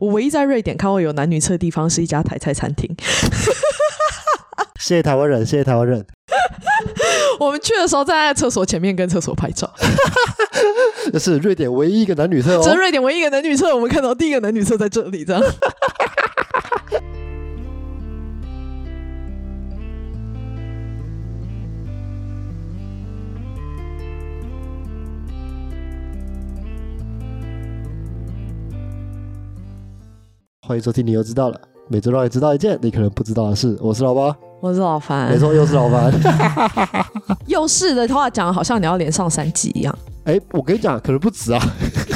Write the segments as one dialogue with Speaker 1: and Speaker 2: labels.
Speaker 1: 我唯一在瑞典看过有男女厕的地方是一家台菜餐厅。
Speaker 2: 谢谢台湾人，谢谢台湾人。
Speaker 1: 我们去的时候站在厕所前面跟厕所拍照，
Speaker 2: 这是瑞典唯一一个男女厕
Speaker 1: 这是
Speaker 2: 哦。
Speaker 1: 瑞典唯一一个男女厕，我们看到第一个男女厕在这里，这样。
Speaker 2: 欢迎收听，你又知道了。每周让你知道一件你可能不知道的事。我是老八，
Speaker 1: 我是老樊，
Speaker 2: 没错，又是老樊。
Speaker 1: 幼师的话讲，好像你要连上三集一样。
Speaker 2: 哎，我跟你讲，可能不止啊，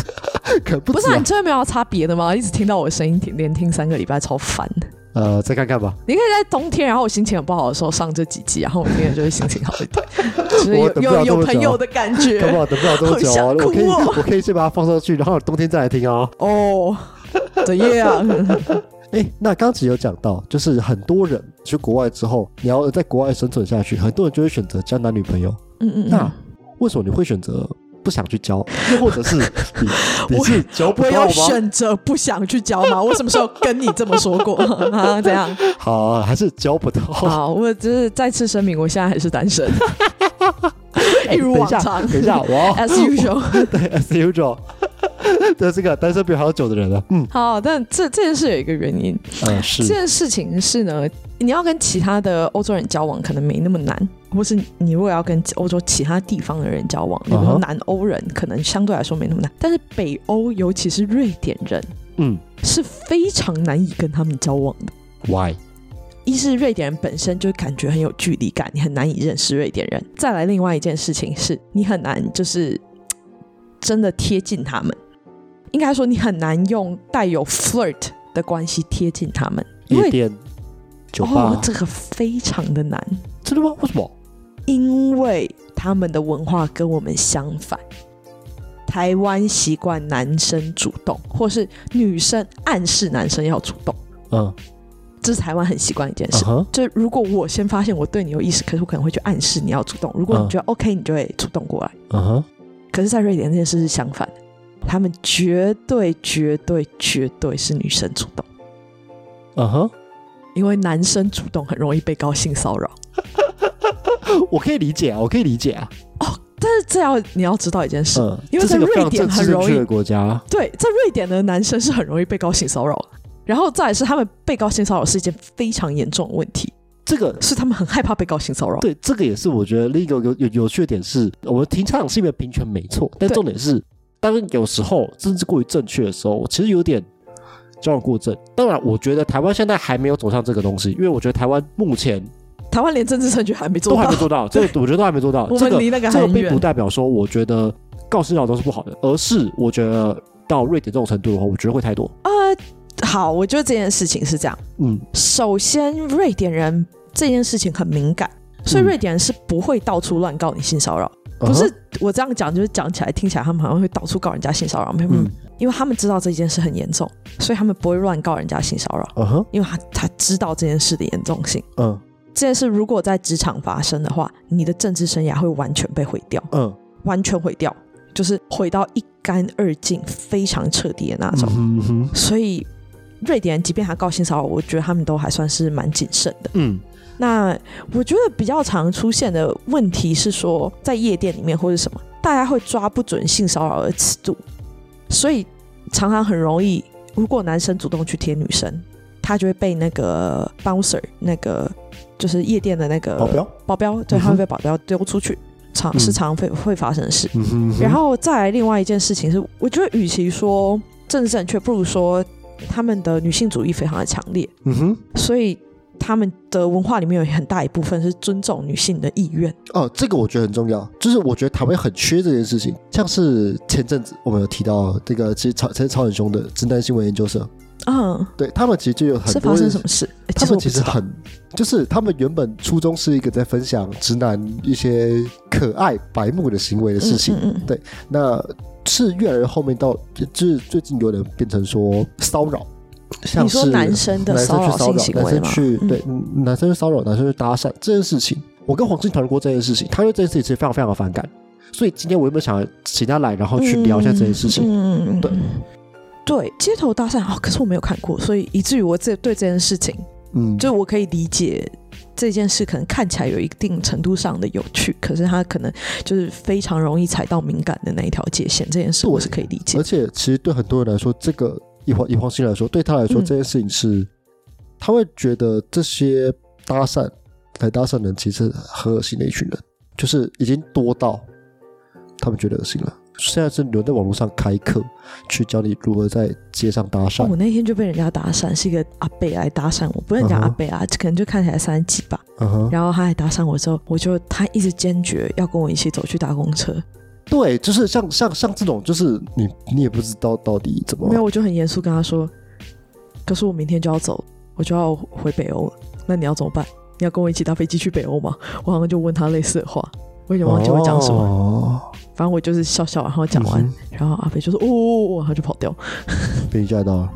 Speaker 2: 可能不
Speaker 1: 不
Speaker 2: 止
Speaker 1: 是、啊，
Speaker 2: 啊
Speaker 1: 你。真的没有要差别的吗？一直听到我的声音，听连听三个礼拜，超烦的。
Speaker 2: 呃，再看看吧。
Speaker 1: 你可以在冬天，然后我心情很不好的时候上这几集，然后我明天就会心情好一 点，就是
Speaker 2: 我
Speaker 1: 有
Speaker 2: 等不
Speaker 1: 有
Speaker 2: 了这么
Speaker 1: 有
Speaker 2: 久
Speaker 1: 朋友的感
Speaker 2: 干
Speaker 1: 觉。
Speaker 2: 嘛等不了这么久啊？
Speaker 1: 好想哭哦
Speaker 2: 我可以，我可以先把它放上去，然后冬天再来听哦。
Speaker 1: 哦，嗯怎 样？
Speaker 2: 哎，那刚才有讲到，就是很多人去国外之后，你要在国外生存下去，很多人就会选择交男女朋友。
Speaker 1: 嗯嗯
Speaker 2: 那
Speaker 1: 嗯，
Speaker 2: 为什么你会选择不想去交？又或者是你 你是交不
Speaker 1: 我
Speaker 2: 到
Speaker 1: 有
Speaker 2: 吗？
Speaker 1: 选择不想去交吗？我什么时候跟你这么说 过啊？怎样？
Speaker 2: 好、啊，还是交不到？
Speaker 1: 好，我只是再次声明，我现在还是单身，
Speaker 2: 哎
Speaker 1: 一如
Speaker 2: 等一
Speaker 1: 往
Speaker 2: 下，
Speaker 1: 常
Speaker 2: 等一下，我要
Speaker 1: ，as usual。
Speaker 2: 对 as usual。这是个单身比我还要久的人了。嗯，
Speaker 1: 好，但这这件事有一个原因，
Speaker 2: 呃，
Speaker 1: 这
Speaker 2: 是
Speaker 1: 件事情是呢，你要跟其他的欧洲人交往，可能没那么难，或是你如果要跟欧洲其他地方的人交往，比如
Speaker 2: 啊哈
Speaker 1: 说南欧人，可能相对来说没那么难，但是北欧，尤其是瑞典人，
Speaker 2: 嗯
Speaker 1: 是非常难以跟他们交往的。
Speaker 2: ，why？
Speaker 1: 一是瑞典人本身就感觉很有距离感，你很难以认识瑞典人。再来，另外一件事情是你很难就是嘖真的贴近他们，应该说你很难用带有 flirt 的关系贴近他们，因
Speaker 2: 夜
Speaker 1: 为
Speaker 2: 店、酒吧、
Speaker 1: 哦，这个非常的难，
Speaker 2: 真的吗？为什么？
Speaker 1: 因为他们的文化跟我们相反。台湾习惯男生主动，或是女生暗示男生要主动，
Speaker 2: 嗯，
Speaker 1: 这是台湾很习惯一件
Speaker 2: 嗯
Speaker 1: 事。
Speaker 2: 哼，
Speaker 1: 就如果我先发现我对你有意思，可是我可能会去暗示你要主动。如果你
Speaker 2: 嗯
Speaker 1: 觉得 OK，你就会主动过来。
Speaker 2: 嗯哼，
Speaker 1: 可是，在瑞典这件事是相反的，他们绝对、绝对、绝对是女生主动，
Speaker 2: 嗯哼。
Speaker 1: 因为男生主动很容易被告性骚扰。
Speaker 2: 我可以理解啊，我可以理解啊。
Speaker 1: 但是这要你要知道一件事，
Speaker 2: 嗯，
Speaker 1: 因为
Speaker 2: 这
Speaker 1: 在
Speaker 2: 是个非常
Speaker 1: 瑞典
Speaker 2: 政
Speaker 1: 很
Speaker 2: 治正
Speaker 1: 容
Speaker 2: 确
Speaker 1: 易
Speaker 2: 的国家。
Speaker 1: 对，在瑞典的男生是很容易被告性骚扰的。然后再来是他们被告性骚扰是一件非常严重的问题，
Speaker 2: 这个
Speaker 1: 是他们很害怕被告性骚扰。
Speaker 2: 对，这个也是我觉得另一个有有有趣的点是，我们提倡性别平权没错，但
Speaker 1: 对
Speaker 2: 重点是，当有时候政治过于正确的时候，其实有点矫枉过正。当然，我觉得台湾现在还没有走向这个东西，因为我觉得台湾目前
Speaker 1: 台湾连政治正确还没
Speaker 2: 都
Speaker 1: 做
Speaker 2: 还
Speaker 1: 到
Speaker 2: 没，做到，这个我觉得都还没做到。
Speaker 1: 我
Speaker 2: 这
Speaker 1: 们
Speaker 2: 个
Speaker 1: 离那个
Speaker 2: 这
Speaker 1: 还
Speaker 2: 个
Speaker 1: 很
Speaker 2: 并
Speaker 1: 远
Speaker 2: 不。代表说我觉得告示扰都是不好的，而是我觉得到瑞典这种程度的话，我觉得会太多。
Speaker 1: 呃，好，我觉得这件事情是这样。
Speaker 2: 嗯，
Speaker 1: 首先，瑞典人这件事情很敏感，所以
Speaker 2: 嗯
Speaker 1: 瑞典人是不会到处乱告你性骚扰。不是我这样讲，就是讲起来听起来他们好像会到处告人家性骚扰，没有，没有
Speaker 2: 嗯，
Speaker 1: 因为他们知道这件事很严重，所以他们不会乱告人家性骚扰，
Speaker 2: 嗯哼，
Speaker 1: 因为他他知道这件事的严重性。
Speaker 2: 嗯
Speaker 1: 这件事如果在职场发生的话，你的政治生涯会完全被毁掉，
Speaker 2: 嗯
Speaker 1: 完全毁掉，就是毁到一干二净，非常彻底的那种。
Speaker 2: 嗯哼
Speaker 1: 所以瑞典人即便他告性骚扰，我觉得他们都还算是蛮谨慎的。
Speaker 2: 嗯
Speaker 1: 那我觉得比较常出现的问题是说，在夜店里面或者什么，大家会抓不准性骚扰的尺度，所以常常很容易，如果男生主动去贴女生，他就会被那个 bouncer 那个就是夜店的那个
Speaker 2: 保镖，
Speaker 1: 保镖，对，
Speaker 2: 嗯哼
Speaker 1: 他会被保镖丢出去，常
Speaker 2: 嗯
Speaker 1: 是常会会发生的事。
Speaker 2: 嗯哼嗯哼，
Speaker 1: 然后再来另外一件事情是，我觉得与其说政治正确，不如说他们的女性主义非常的强烈，
Speaker 2: 嗯哼，
Speaker 1: 所以他们的文化里面有很大一部分是尊重女性的意愿。
Speaker 2: 哦，这个我觉得很重要，就是我觉得台湾很缺这件事情。像是前阵子我们有提到这个，其实吵其实吵很凶的直男新闻研究社，
Speaker 1: 嗯，
Speaker 2: 对他们其实就有很
Speaker 1: 是
Speaker 2: 多
Speaker 1: 发生
Speaker 2: 人
Speaker 1: 什么事？诶
Speaker 2: 他们其
Speaker 1: 我
Speaker 2: 实
Speaker 1: 不知道
Speaker 2: 很，就是他们原本初衷是一个在分享直男一些可爱白目的行为的事情，
Speaker 1: 嗯嗯嗯
Speaker 2: 对那是越来越后面到，就是最近有人变成说骚扰，像
Speaker 1: 你
Speaker 2: 是
Speaker 1: 说男生的
Speaker 2: 男生去
Speaker 1: 扰性
Speaker 2: 骚扰，
Speaker 1: 行
Speaker 2: 男
Speaker 1: 为
Speaker 2: 生
Speaker 1: 吗？
Speaker 2: 去、
Speaker 1: 嗯
Speaker 2: 对，嗯男生去骚扰，男生去搭讪这件事情，我跟黄信讨论过这件事情，他对这件事情其实非常非常的反感，所以今天我原本想请他来，然后去聊一下这件事情，
Speaker 1: 嗯嗯嗯嗯
Speaker 2: 对
Speaker 1: 对街头搭讪哦，可是我没有看过，所以以至于我这对这件事情，
Speaker 2: 嗯，
Speaker 1: 就我可以理解这件事可能看起来有一定程度上的有趣，可是它可能就是非常容易踩到敏感的那一条界限，这件事我是可以理解
Speaker 2: 而。且其实对很多人来说，这个一黄一黄星来说，对他来说
Speaker 1: 嗯
Speaker 2: 这件事情是，他会觉得这些搭讪来搭讪的人其实很恶心的一群人，就是已经多到他们觉得恶心了。现在是留在网络上开课，去教你如何在街上搭
Speaker 1: 哦
Speaker 2: 讪。
Speaker 1: 我那天就被人家搭讪，是一个阿贝来搭讪我，不能讲
Speaker 2: 嗯哼
Speaker 1: 阿贝啊，可能就看起来三十几吧。
Speaker 2: 嗯哼，
Speaker 1: 然后他还搭讪我之后，我就他一直坚决要跟我一起走去搭公车，
Speaker 2: 对，就是像像像这种，就是你你也不知道到底怎么
Speaker 1: 没有，我就很严肃跟他说，可是我明天就要走，我就要回北欧了，那你要怎么办？你要跟我一起搭飞机去北欧吗？我好像就问他类似的话，我有点忘记我讲什么，
Speaker 2: 么，
Speaker 1: 反正我就是笑笑，然后讲完，
Speaker 2: 嗯
Speaker 1: 然后阿北就说哦哦，哦然后就跑 掉，
Speaker 2: 哼被你吓到了。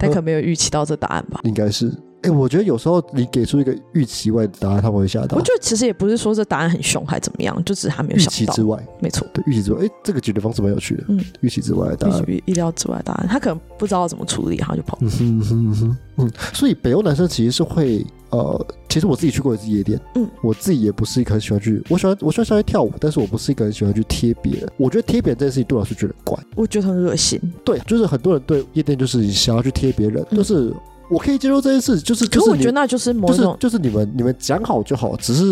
Speaker 1: 但可能没有预期到这答案吧。
Speaker 2: 应该是。哎、我觉得有时候你给出一个预期外的答案，他们会吓到。
Speaker 1: 我觉得其实也不是说这答案很凶还怎么样，就只是还没有
Speaker 2: 预
Speaker 1: 想
Speaker 2: 期之
Speaker 1: 到，
Speaker 2: 外，
Speaker 1: 没错，
Speaker 2: 对预期之外，哎、这个解决方式蛮有趣的。
Speaker 1: 嗯，
Speaker 2: 预期之外的答
Speaker 1: 预期
Speaker 2: 案。
Speaker 1: 意料之外的答案，他可能不知道怎么处理，然后就跑。
Speaker 2: 嗯哼嗯哼嗯哼，嗯，所以北欧男生其实是会，呃，其实我自己去过一次夜店，
Speaker 1: 嗯，
Speaker 2: 我自己也不是一个很喜欢去，我喜欢我喜欢上去跳舞，但是我不是一个很喜欢去贴别人，我觉得贴别人这件事情对我来说觉得很怪，
Speaker 1: 我觉得很恶心，
Speaker 2: 对，就是很多人对夜店就是想要去贴别人，
Speaker 1: 嗯
Speaker 2: 就是我可以接受这件事，就是
Speaker 1: 可
Speaker 2: 就是
Speaker 1: 是我
Speaker 2: 你
Speaker 1: 觉得那就是某
Speaker 2: 就
Speaker 1: 一
Speaker 2: 是
Speaker 1: 种
Speaker 2: 就是你们你们讲好就好，只是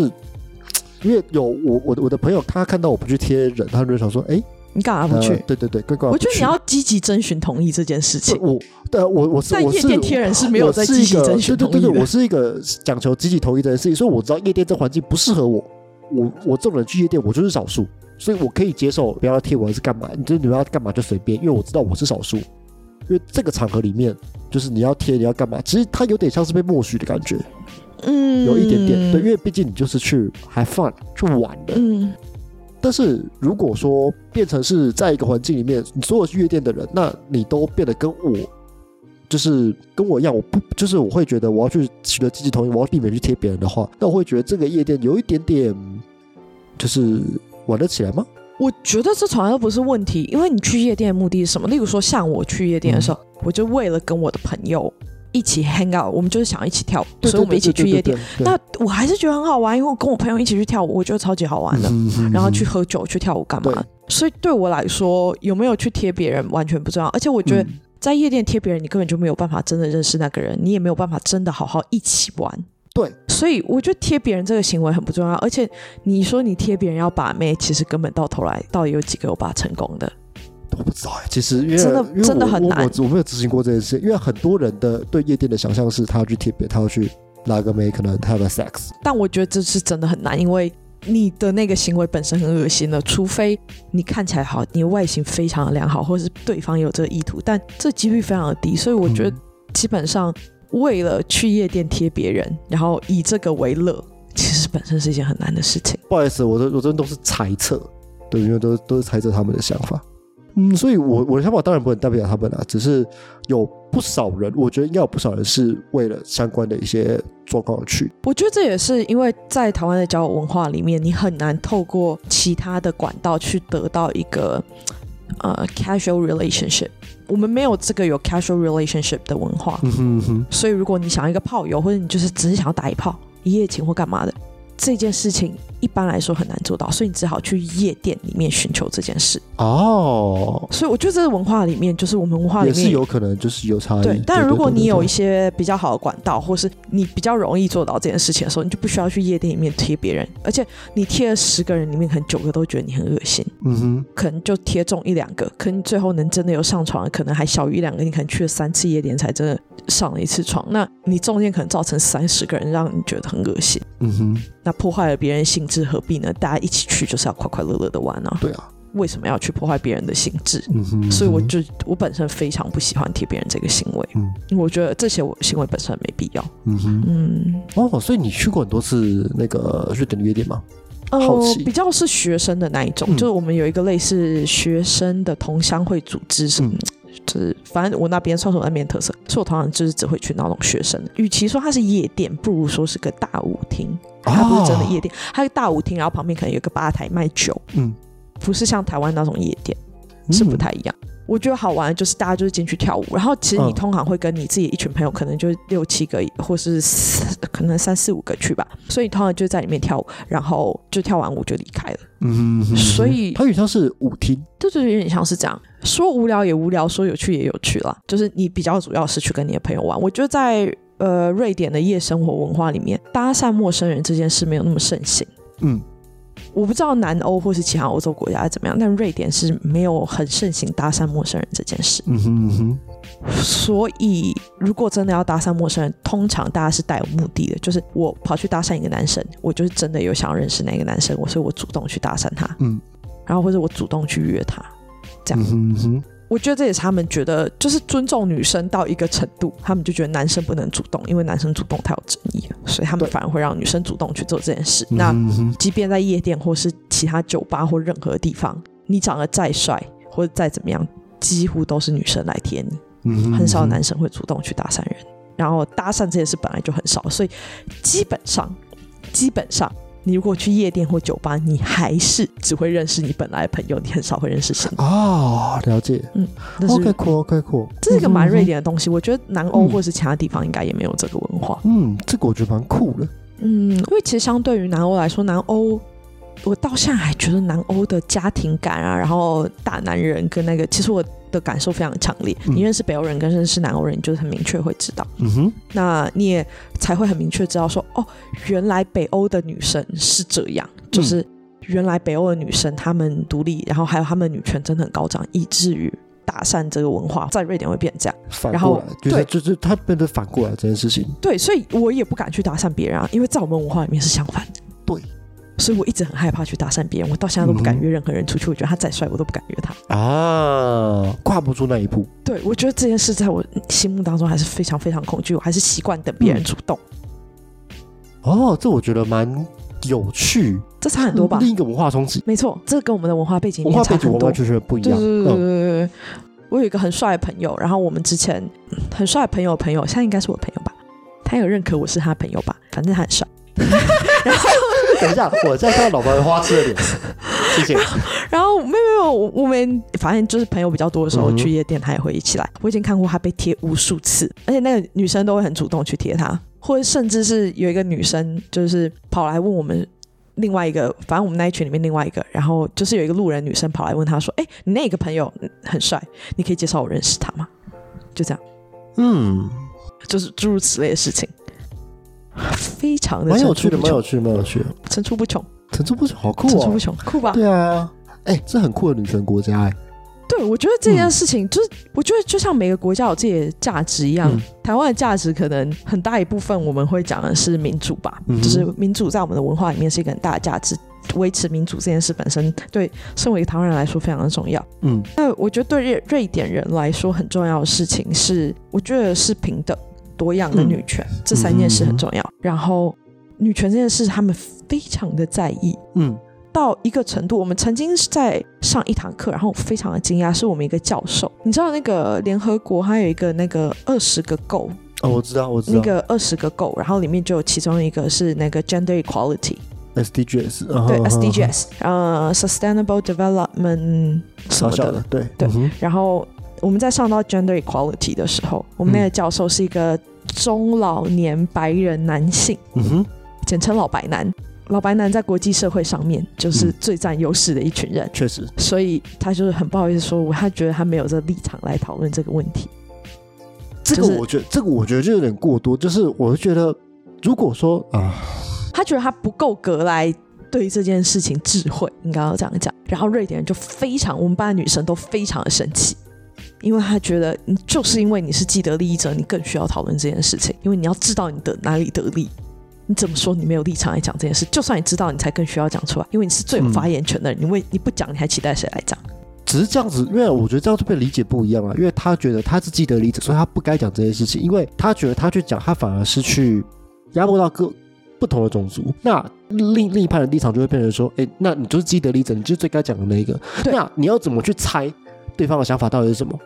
Speaker 2: 因为有我我的我的朋友，他看到我不去贴人，他就会想说，哎、
Speaker 1: 你干嘛不
Speaker 2: 呃
Speaker 1: 去？
Speaker 2: 对对对，乖乖，
Speaker 1: 我觉得你要积极征询同意这件事
Speaker 2: 对
Speaker 1: 情，
Speaker 2: 我，呃，我我是
Speaker 1: 在
Speaker 2: 我
Speaker 1: 夜
Speaker 2: 是
Speaker 1: 店贴人是没有
Speaker 2: 我
Speaker 1: 在
Speaker 2: 是
Speaker 1: 积
Speaker 2: 一
Speaker 1: 极
Speaker 2: 个
Speaker 1: 征询
Speaker 2: 对
Speaker 1: 同
Speaker 2: 对对
Speaker 1: 意
Speaker 2: 对，
Speaker 1: 的。
Speaker 2: 我是一个讲求积极同意这件事情，所以我知道夜店这环境不适合我，我我这种人去夜店我就是少数，所以我可以接受不要贴我还是干嘛，你就你们要干嘛就随便，因为我知道我是少数，因为这个场合里面就是你要贴你要干嘛，其实它有点像是被默许的感觉，
Speaker 1: 嗯，
Speaker 2: 有一点点，对，因为毕竟你就是去 have fun 去玩的。
Speaker 1: 嗯，
Speaker 2: 但是如果说变成是在一个环境里面，你所有去夜店的人，那你都变得跟我，就是跟我一样，我不就是我会觉得我要去取得积极同意，我要避免去贴别人的话，那我会觉得这个夜店有一点点，就是玩得起来吗？
Speaker 1: 我觉得这从来都不是问题，因为你去夜店的目的是什么？例如说，像我去夜店的时候，
Speaker 2: 嗯
Speaker 1: 我就为了跟我的朋友一起 hang out，我们就是想要一起跳舞，所以我们一起去夜店。
Speaker 2: 对，
Speaker 1: 那我还是觉得很好玩，因为我跟我朋友一起去跳舞，我觉得超级好玩的。
Speaker 2: 那
Speaker 1: 然后去喝酒、去跳舞干嘛
Speaker 2: 嗯对？
Speaker 1: 所以对我来说，有没有去贴别人完全不重要。而且我觉
Speaker 2: 嗯
Speaker 1: 得在夜店贴别人，你根本就没有办法真的认识那个人，你也没有办法真的好好一起玩。
Speaker 2: 对，
Speaker 1: 所以我觉得贴别人这个行为很不重要。而且你说你贴别人要把妹，其实根本到头来到底有几个有把成功的？
Speaker 2: 我不知道欸，其实因为
Speaker 1: 真的
Speaker 2: 因为
Speaker 1: 真的
Speaker 2: 我
Speaker 1: 很
Speaker 2: 我
Speaker 1: 难
Speaker 2: 我我没有执行过这件事，因为很多人的对夜店的想象是他要去贴别，他要去拉个妹，可能 have a sex。
Speaker 1: 但我觉得这是真的很难，因为你的那个行为本身很恶心了，除非你看起来好，你的外形非常的良好，或者是对方有这个意图，但这几率非常的低。所以我觉得
Speaker 2: 嗯
Speaker 1: 基本上为了去夜店贴别人，然后以这个为乐，其实本身是一件很难的事情。
Speaker 2: 不好意思，我的我这边都是猜测，对，因为都都是猜测他们的想法。嗯，所以我我的想法当然不能代表他们啦，啊只是有不少人，我觉得应该有不少人是为了相关的一些状况而去。
Speaker 1: 我觉得这也是因为在台湾的交友文化里面，你很难透过其他的管道去得到一个呃 casual relationship。我们没有这个有 casual relationship 的文化，
Speaker 2: 嗯哼哼，
Speaker 1: 所以如果你想要一个炮友，或者你就是只是想要打一炮、一夜情或干嘛的，这件事情一般来说很难做到，所以你只好去夜店里面寻求这件事。
Speaker 2: 哦，
Speaker 1: 所以我觉得这个文化里面，就是我们文化里
Speaker 2: 也
Speaker 1: 面
Speaker 2: 是有可能就是有差异。
Speaker 1: 对，但如果
Speaker 2: 对对
Speaker 1: 你有一
Speaker 2: 对
Speaker 1: 些比较好的管道，或是你比较容易做到这件事情的时候，你就不需要去夜店里面贴别人，而且你贴了十个人里面，可能九个都觉得你很恶心，
Speaker 2: 嗯哼，
Speaker 1: 可能就贴中一两个，可能最后能真的有上床的，可能还小于一两个，你可能去了三次夜店才真的上了一次床，那你中间可能造成三十个人，让你觉得很恶心，
Speaker 2: 嗯哼，
Speaker 1: 那破坏了别人的兴致，何必呢？大家一起去就是要快快乐乐的玩啊，
Speaker 2: 对啊，
Speaker 1: 为什么要去破坏别人的兴致？
Speaker 2: 嗯哼，
Speaker 1: 所以我
Speaker 2: 嗯哼
Speaker 1: 就我本身非常不喜欢贴别人这个行为，
Speaker 2: 嗯
Speaker 1: 因为我觉得这些我行为本身没必要。
Speaker 2: 嗯哼。
Speaker 1: 嗯，
Speaker 2: 哦，所以你去过很多次那个瑞典的夜店吗？好奇
Speaker 1: 哦比较是学生的那一种，
Speaker 2: 嗯
Speaker 1: 就是我们有一个类似学生的同乡会组织什么。就是，反正我那边算是我那边的特色，所以我通常就是只会去那种学生的。与其说它是夜店，不如说是个大舞厅。它不是真的夜店，它是大舞厅，然后旁边可能有个吧台卖酒，
Speaker 2: 嗯，
Speaker 1: 不是像台湾那种夜店，是不
Speaker 2: 嗯
Speaker 1: 太一样。我觉得好玩的就是大家就是进去跳舞，然后其实你
Speaker 2: 嗯
Speaker 1: 通常会跟你自己一群朋友，可能就六七个或是四可能三四五个去吧，所以你通常就在里面跳舞，然后就跳完舞就离开了。
Speaker 2: 嗯，
Speaker 1: 所以
Speaker 2: 它有点像是舞厅，
Speaker 1: 这就是有点像是这样，说无聊也无聊，说有趣也有趣啦。就是你比较主要是去跟你的朋友玩。我觉得在呃瑞典的夜生活文化里面，搭讪陌生人这件事没有那么盛行。
Speaker 2: 嗯，
Speaker 1: 我不知道南欧或是其他欧洲国家怎么样，但瑞典是没有很盛行搭讪陌生人这件事。
Speaker 2: 嗯哼嗯哼，
Speaker 1: 所以，如果真的要搭讪陌生人，通常大家是带有目的的，就是我跑去搭讪一个男生，我就是真的有想要认识那个男生，我所以我主动去搭讪他，
Speaker 2: 嗯，
Speaker 1: 然后或者我主动去约他。这样
Speaker 2: 嗯哼嗯哼，
Speaker 1: 我觉得这也是他们觉得就是尊重女生到一个程度，他们就觉得男生不能主动，因为男生主动太有争议了，所以他们
Speaker 2: 对
Speaker 1: 反而会让女生主动去做这件事。那
Speaker 2: 嗯哼
Speaker 1: 即便在夜店或是其他酒吧或任何地方，你长得再帅或者再怎么样，几乎都是女生来贴你。
Speaker 2: 嗯哼
Speaker 1: 很少有
Speaker 2: 嗯哼
Speaker 1: 男生会主动去搭讪人。然后搭讪这件事本来就很少，所以基本上，基本上，你如果去夜店或酒吧，你还是只会认识你本来的朋友，你很少会认识 新的。
Speaker 2: 哦，了解哦
Speaker 1: 但是、
Speaker 2: ，OK cool OK cool，
Speaker 1: 这是一个蛮瑞
Speaker 2: 典，
Speaker 1: 典的东西，我觉得南欧
Speaker 2: 嗯
Speaker 1: 或是其他地方应该也没有这个文化。
Speaker 2: 嗯，这个我觉得蛮酷的，
Speaker 1: 嗯，因为其实相对于南欧来说，南欧。我到现在还觉得南欧的家庭感啊，然后大男人跟那个，其实我的感受非常强烈。
Speaker 2: 嗯
Speaker 1: 你认识北欧人跟认识南欧人，你就是很明确会知道。
Speaker 2: 嗯哼，
Speaker 1: 那你也才会很明确知道说，哦，原来北欧的女生是这样，
Speaker 2: 嗯
Speaker 1: 就是原来北欧的女生她们独立，然后还有她们女权真的很高涨，以至于搭讪这个文化在瑞典会变这样。
Speaker 2: 反
Speaker 1: 然
Speaker 2: 过
Speaker 1: 后
Speaker 2: 来就是
Speaker 1: 对
Speaker 2: 就是它变得反过来这件事情，
Speaker 1: 对，所以我也不敢去搭讪别人啊，因为在我们文化里面是相反的。
Speaker 2: 对，
Speaker 1: 所以我一直很害怕去搭讪别人，我到现在都不敢
Speaker 2: 嗯哼
Speaker 1: 约任何人出去，我觉得他再帅我都不敢约他。
Speaker 2: 嗯啊，跨不出那一步，
Speaker 1: 对，我觉得这件事在我心目当中还是非常非常恐惧，我还是习惯等别人主动，
Speaker 2: 哦，这我觉得蛮有趣，嗯
Speaker 1: 这差很多吧？
Speaker 2: 另一个文化冲击，
Speaker 1: 没错，这跟我们的文化背景里
Speaker 2: 文
Speaker 1: 面
Speaker 2: 化
Speaker 1: 差
Speaker 2: 背景
Speaker 1: 很
Speaker 2: 完
Speaker 1: 多
Speaker 2: 完。全全不一
Speaker 1: 对
Speaker 2: 样，
Speaker 1: 对对对
Speaker 2: 嗯，
Speaker 1: 对对，我有一个很帅的朋友，然后我们之前嗯很帅的朋友的朋友，现在应该是我的朋友吧，他有认可我是他朋友吧，反正他很帅。
Speaker 2: 等一下，我现在看到老白花痴的脸，谢谢，
Speaker 1: 然后没有没有，我我们反正就是朋友比较多的时候、
Speaker 2: 嗯哼
Speaker 1: 去夜店，他也会一起来。我已经看过他被贴无数次，而且那个女生都会很主动去贴他，或者甚至是有一个女生就是跑来问我们。另外一个，反正我们那一群里面另外一个，然后就是有一个路人女生跑来问他说：“哎、你那个朋友嗯很帅，你可以介绍我认识他吗？”就这样。
Speaker 2: 嗯，
Speaker 1: 就是诸如此类的事情，非常的
Speaker 2: 蛮
Speaker 1: 层
Speaker 2: 有
Speaker 1: 出
Speaker 2: 趣的，
Speaker 1: 不
Speaker 2: 蛮有
Speaker 1: 穷，
Speaker 2: 趣的，蛮有趣的，
Speaker 1: 层出不穷，
Speaker 2: 陈志不是好酷
Speaker 1: 层出
Speaker 2: 哦
Speaker 1: 不，穷，酷吧？
Speaker 2: 对啊，哎，这很酷的女权国家，哎，
Speaker 1: 对，我觉得这
Speaker 2: 嗯
Speaker 1: 件事情就是，我觉得就像每个国家有自己的价值一样
Speaker 2: 嗯，
Speaker 1: 台湾的价值可能很大一部分我们会讲的是民主吧，
Speaker 2: 嗯哼
Speaker 1: 就是民主在我们的文化里面是一个很大的价值，维持民主这件事本身对身为一个台湾人来说非常的重要。
Speaker 2: 嗯
Speaker 1: 那我觉得对瑞瑞典人来说很重要的事情是，我觉得是平等、多样的女权、这三件事很重要。然后，女权这件事他们非常的在意，
Speaker 2: 嗯
Speaker 1: 到一个程度，我们曾经是在上一堂课，然后我非常的惊讶，是我们一个教授，你知道那个联合国还有一个那个二十个 Go，
Speaker 2: 哦，我知道，我知
Speaker 1: 那
Speaker 2: 道，
Speaker 1: 个二十个 Go，然后里面就有其中一个是那个 Gender Equality，
Speaker 2: SDGs，
Speaker 1: 对
Speaker 2: 对
Speaker 1: SDGs，呃，Sustainable Development 什
Speaker 2: 嗯小
Speaker 1: 么
Speaker 2: 小
Speaker 1: 的
Speaker 2: 的，，对
Speaker 1: 对
Speaker 2: 嗯哼
Speaker 1: 然后我们在上到 gender equality 的时候，我们那个教授是一个中老年白人男性，
Speaker 2: 嗯哼，
Speaker 1: 简称老白男。老白男在国际社会上面就是
Speaker 2: 嗯
Speaker 1: 最占优势的一群人，
Speaker 2: 确实，
Speaker 1: 所以他就是很不好意思说，我他觉得他没有这立场来讨论这个问题。
Speaker 2: 这
Speaker 1: 就是
Speaker 2: 个我觉得，这个我觉得就有点过多，就是我会觉得，如果说啊，
Speaker 1: 他觉得他不够格来对于这件事情智慧，应该要这样讲。然后瑞典人就非常，我们班的女生都非常的生气，因为他觉得你就是因为你是既得利益者，你更需要讨论这件事情，因为你要知道你的哪里得利。你怎么说？你没有立场来讲这件事，就算你知道，你才更需要讲出来，因为你是最有发言权的人。你为你不讲，你还期待谁来讲？
Speaker 2: 只是这样子，因为我觉得这样就被理解不一样啊了，因为他觉得他是既得利益者，所以他不该讲这些事情，因为他觉得他去讲，他反而是去压迫到各。不同的种族，那另另一派的立场就会变成说，哎、那你就是既得利益者，你就是最该讲的那一个。
Speaker 1: 对
Speaker 2: 那你要怎么去猜对方的想法到底是什么？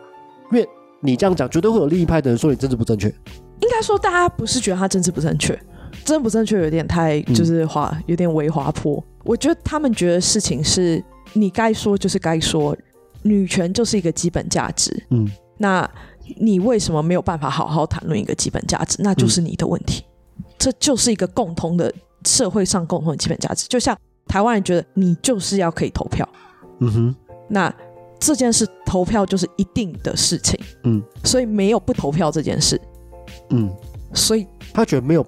Speaker 2: 因为你这样讲，绝对会有另一派的人说你政治不正确。
Speaker 1: 应该说，大家不是觉得他政治不正确，政治不正确有点太就是滑，有点微滑坡。我觉得他们觉得事情是你该说就是该说，女权就是一个基本价值，
Speaker 2: 嗯，
Speaker 1: 那你为什么没有办法好好谈论一个基本价值？那就是你的问题，这就是一个共通的社会上共同的基本价值。就像台湾人觉得你就是要可以投票，
Speaker 2: 嗯哼，
Speaker 1: 那这件事投票就是一定的事情，
Speaker 2: 嗯，
Speaker 1: 所以没有不投票这件事，
Speaker 2: 嗯，
Speaker 1: 所以
Speaker 2: 他觉得没有，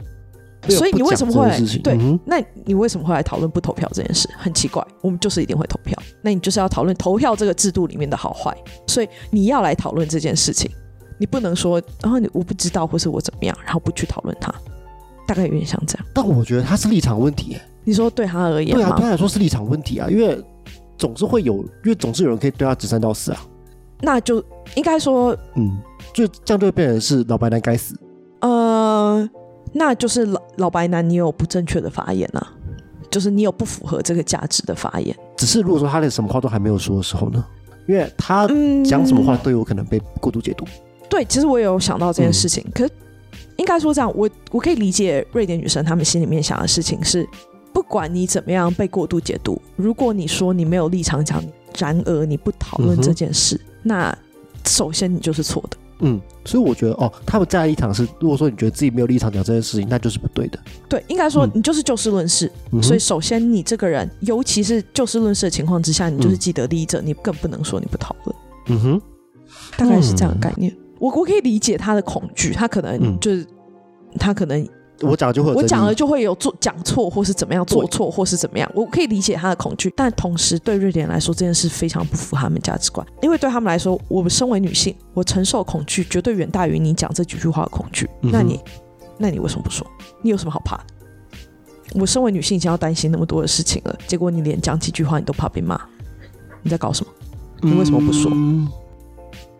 Speaker 2: 没有
Speaker 1: 所以你
Speaker 2: 不
Speaker 1: 为
Speaker 2: 讲
Speaker 1: 什么
Speaker 2: 这
Speaker 1: 会
Speaker 2: 件事情
Speaker 1: 对
Speaker 2: 嗯哼
Speaker 1: 那你为什么会来讨论不投票这件事？很奇怪，我们就是一定会投票。那你就是要讨论投票这个制度里面的好坏，所以你要来讨论这件事情，你不能说然后你我不知道或是我怎么样，然后不去讨论它，大概有点像这样。
Speaker 2: 但我觉得他是立场问题耶，
Speaker 1: 你说对他而言
Speaker 2: 对啊，
Speaker 1: 吗？
Speaker 2: 对他来说是立场问题啊，因为总是会有，因为总是有人可以对他指三道四啊，
Speaker 1: 那就应该说，
Speaker 2: 嗯，就这样就会变成是老白男该死，
Speaker 1: 呃，那就是老老白男，你有不正确的发言啊，就是你有不符合这个价值的发言。
Speaker 2: 只是如果说他连什么话都还没有说的时候呢，因为他
Speaker 1: 嗯，
Speaker 2: 讲什么话都有可能被过度解读，
Speaker 1: 对，其实我也有想到这
Speaker 2: 嗯
Speaker 1: 件事情，可是应该说这样，我我可以理解瑞典女生她们心里面想的事情是，不管你怎么样被过度解读，如果你说你没有立场讲，然而你不讨论
Speaker 2: 嗯哼
Speaker 1: 这件事，那首先你就是错的。
Speaker 2: 嗯，所以我觉得哦，他们站在立场是，如果说你觉得自己没有立场讲这件事情，那就是不对的，
Speaker 1: 对，应该说
Speaker 2: 嗯
Speaker 1: 你就是就事论事，
Speaker 2: 嗯哼
Speaker 1: 所以首先你这个人，尤其是就事论事的情况之下，你就是
Speaker 2: 嗯
Speaker 1: 既得利益者，你更不能说你不讨论。
Speaker 2: 嗯哼，
Speaker 1: 大概是这样的概念。我我可以理解他的恐惧，他可能
Speaker 2: 嗯
Speaker 1: 就是、他可能
Speaker 2: 我讲就会有
Speaker 1: 我
Speaker 2: 争
Speaker 1: 讲
Speaker 2: 议
Speaker 1: 了就会有做讲错或是怎么样，做
Speaker 2: 对
Speaker 1: 错或是怎么样，我可以理解他的恐惧，但同时对瑞典来说这件事非常不符合他们价值观，因为对他们来说，我们身为女性，我承受恐惧绝对远大于你讲这几句话的恐惧。
Speaker 2: 嗯哼
Speaker 1: 那你，那你为什么不说？你有什么好怕的？我身为女性已经要担心那么多的事情了，结果你连讲几句话你都怕被骂，你在搞什么？你为什么不说
Speaker 2: 嗯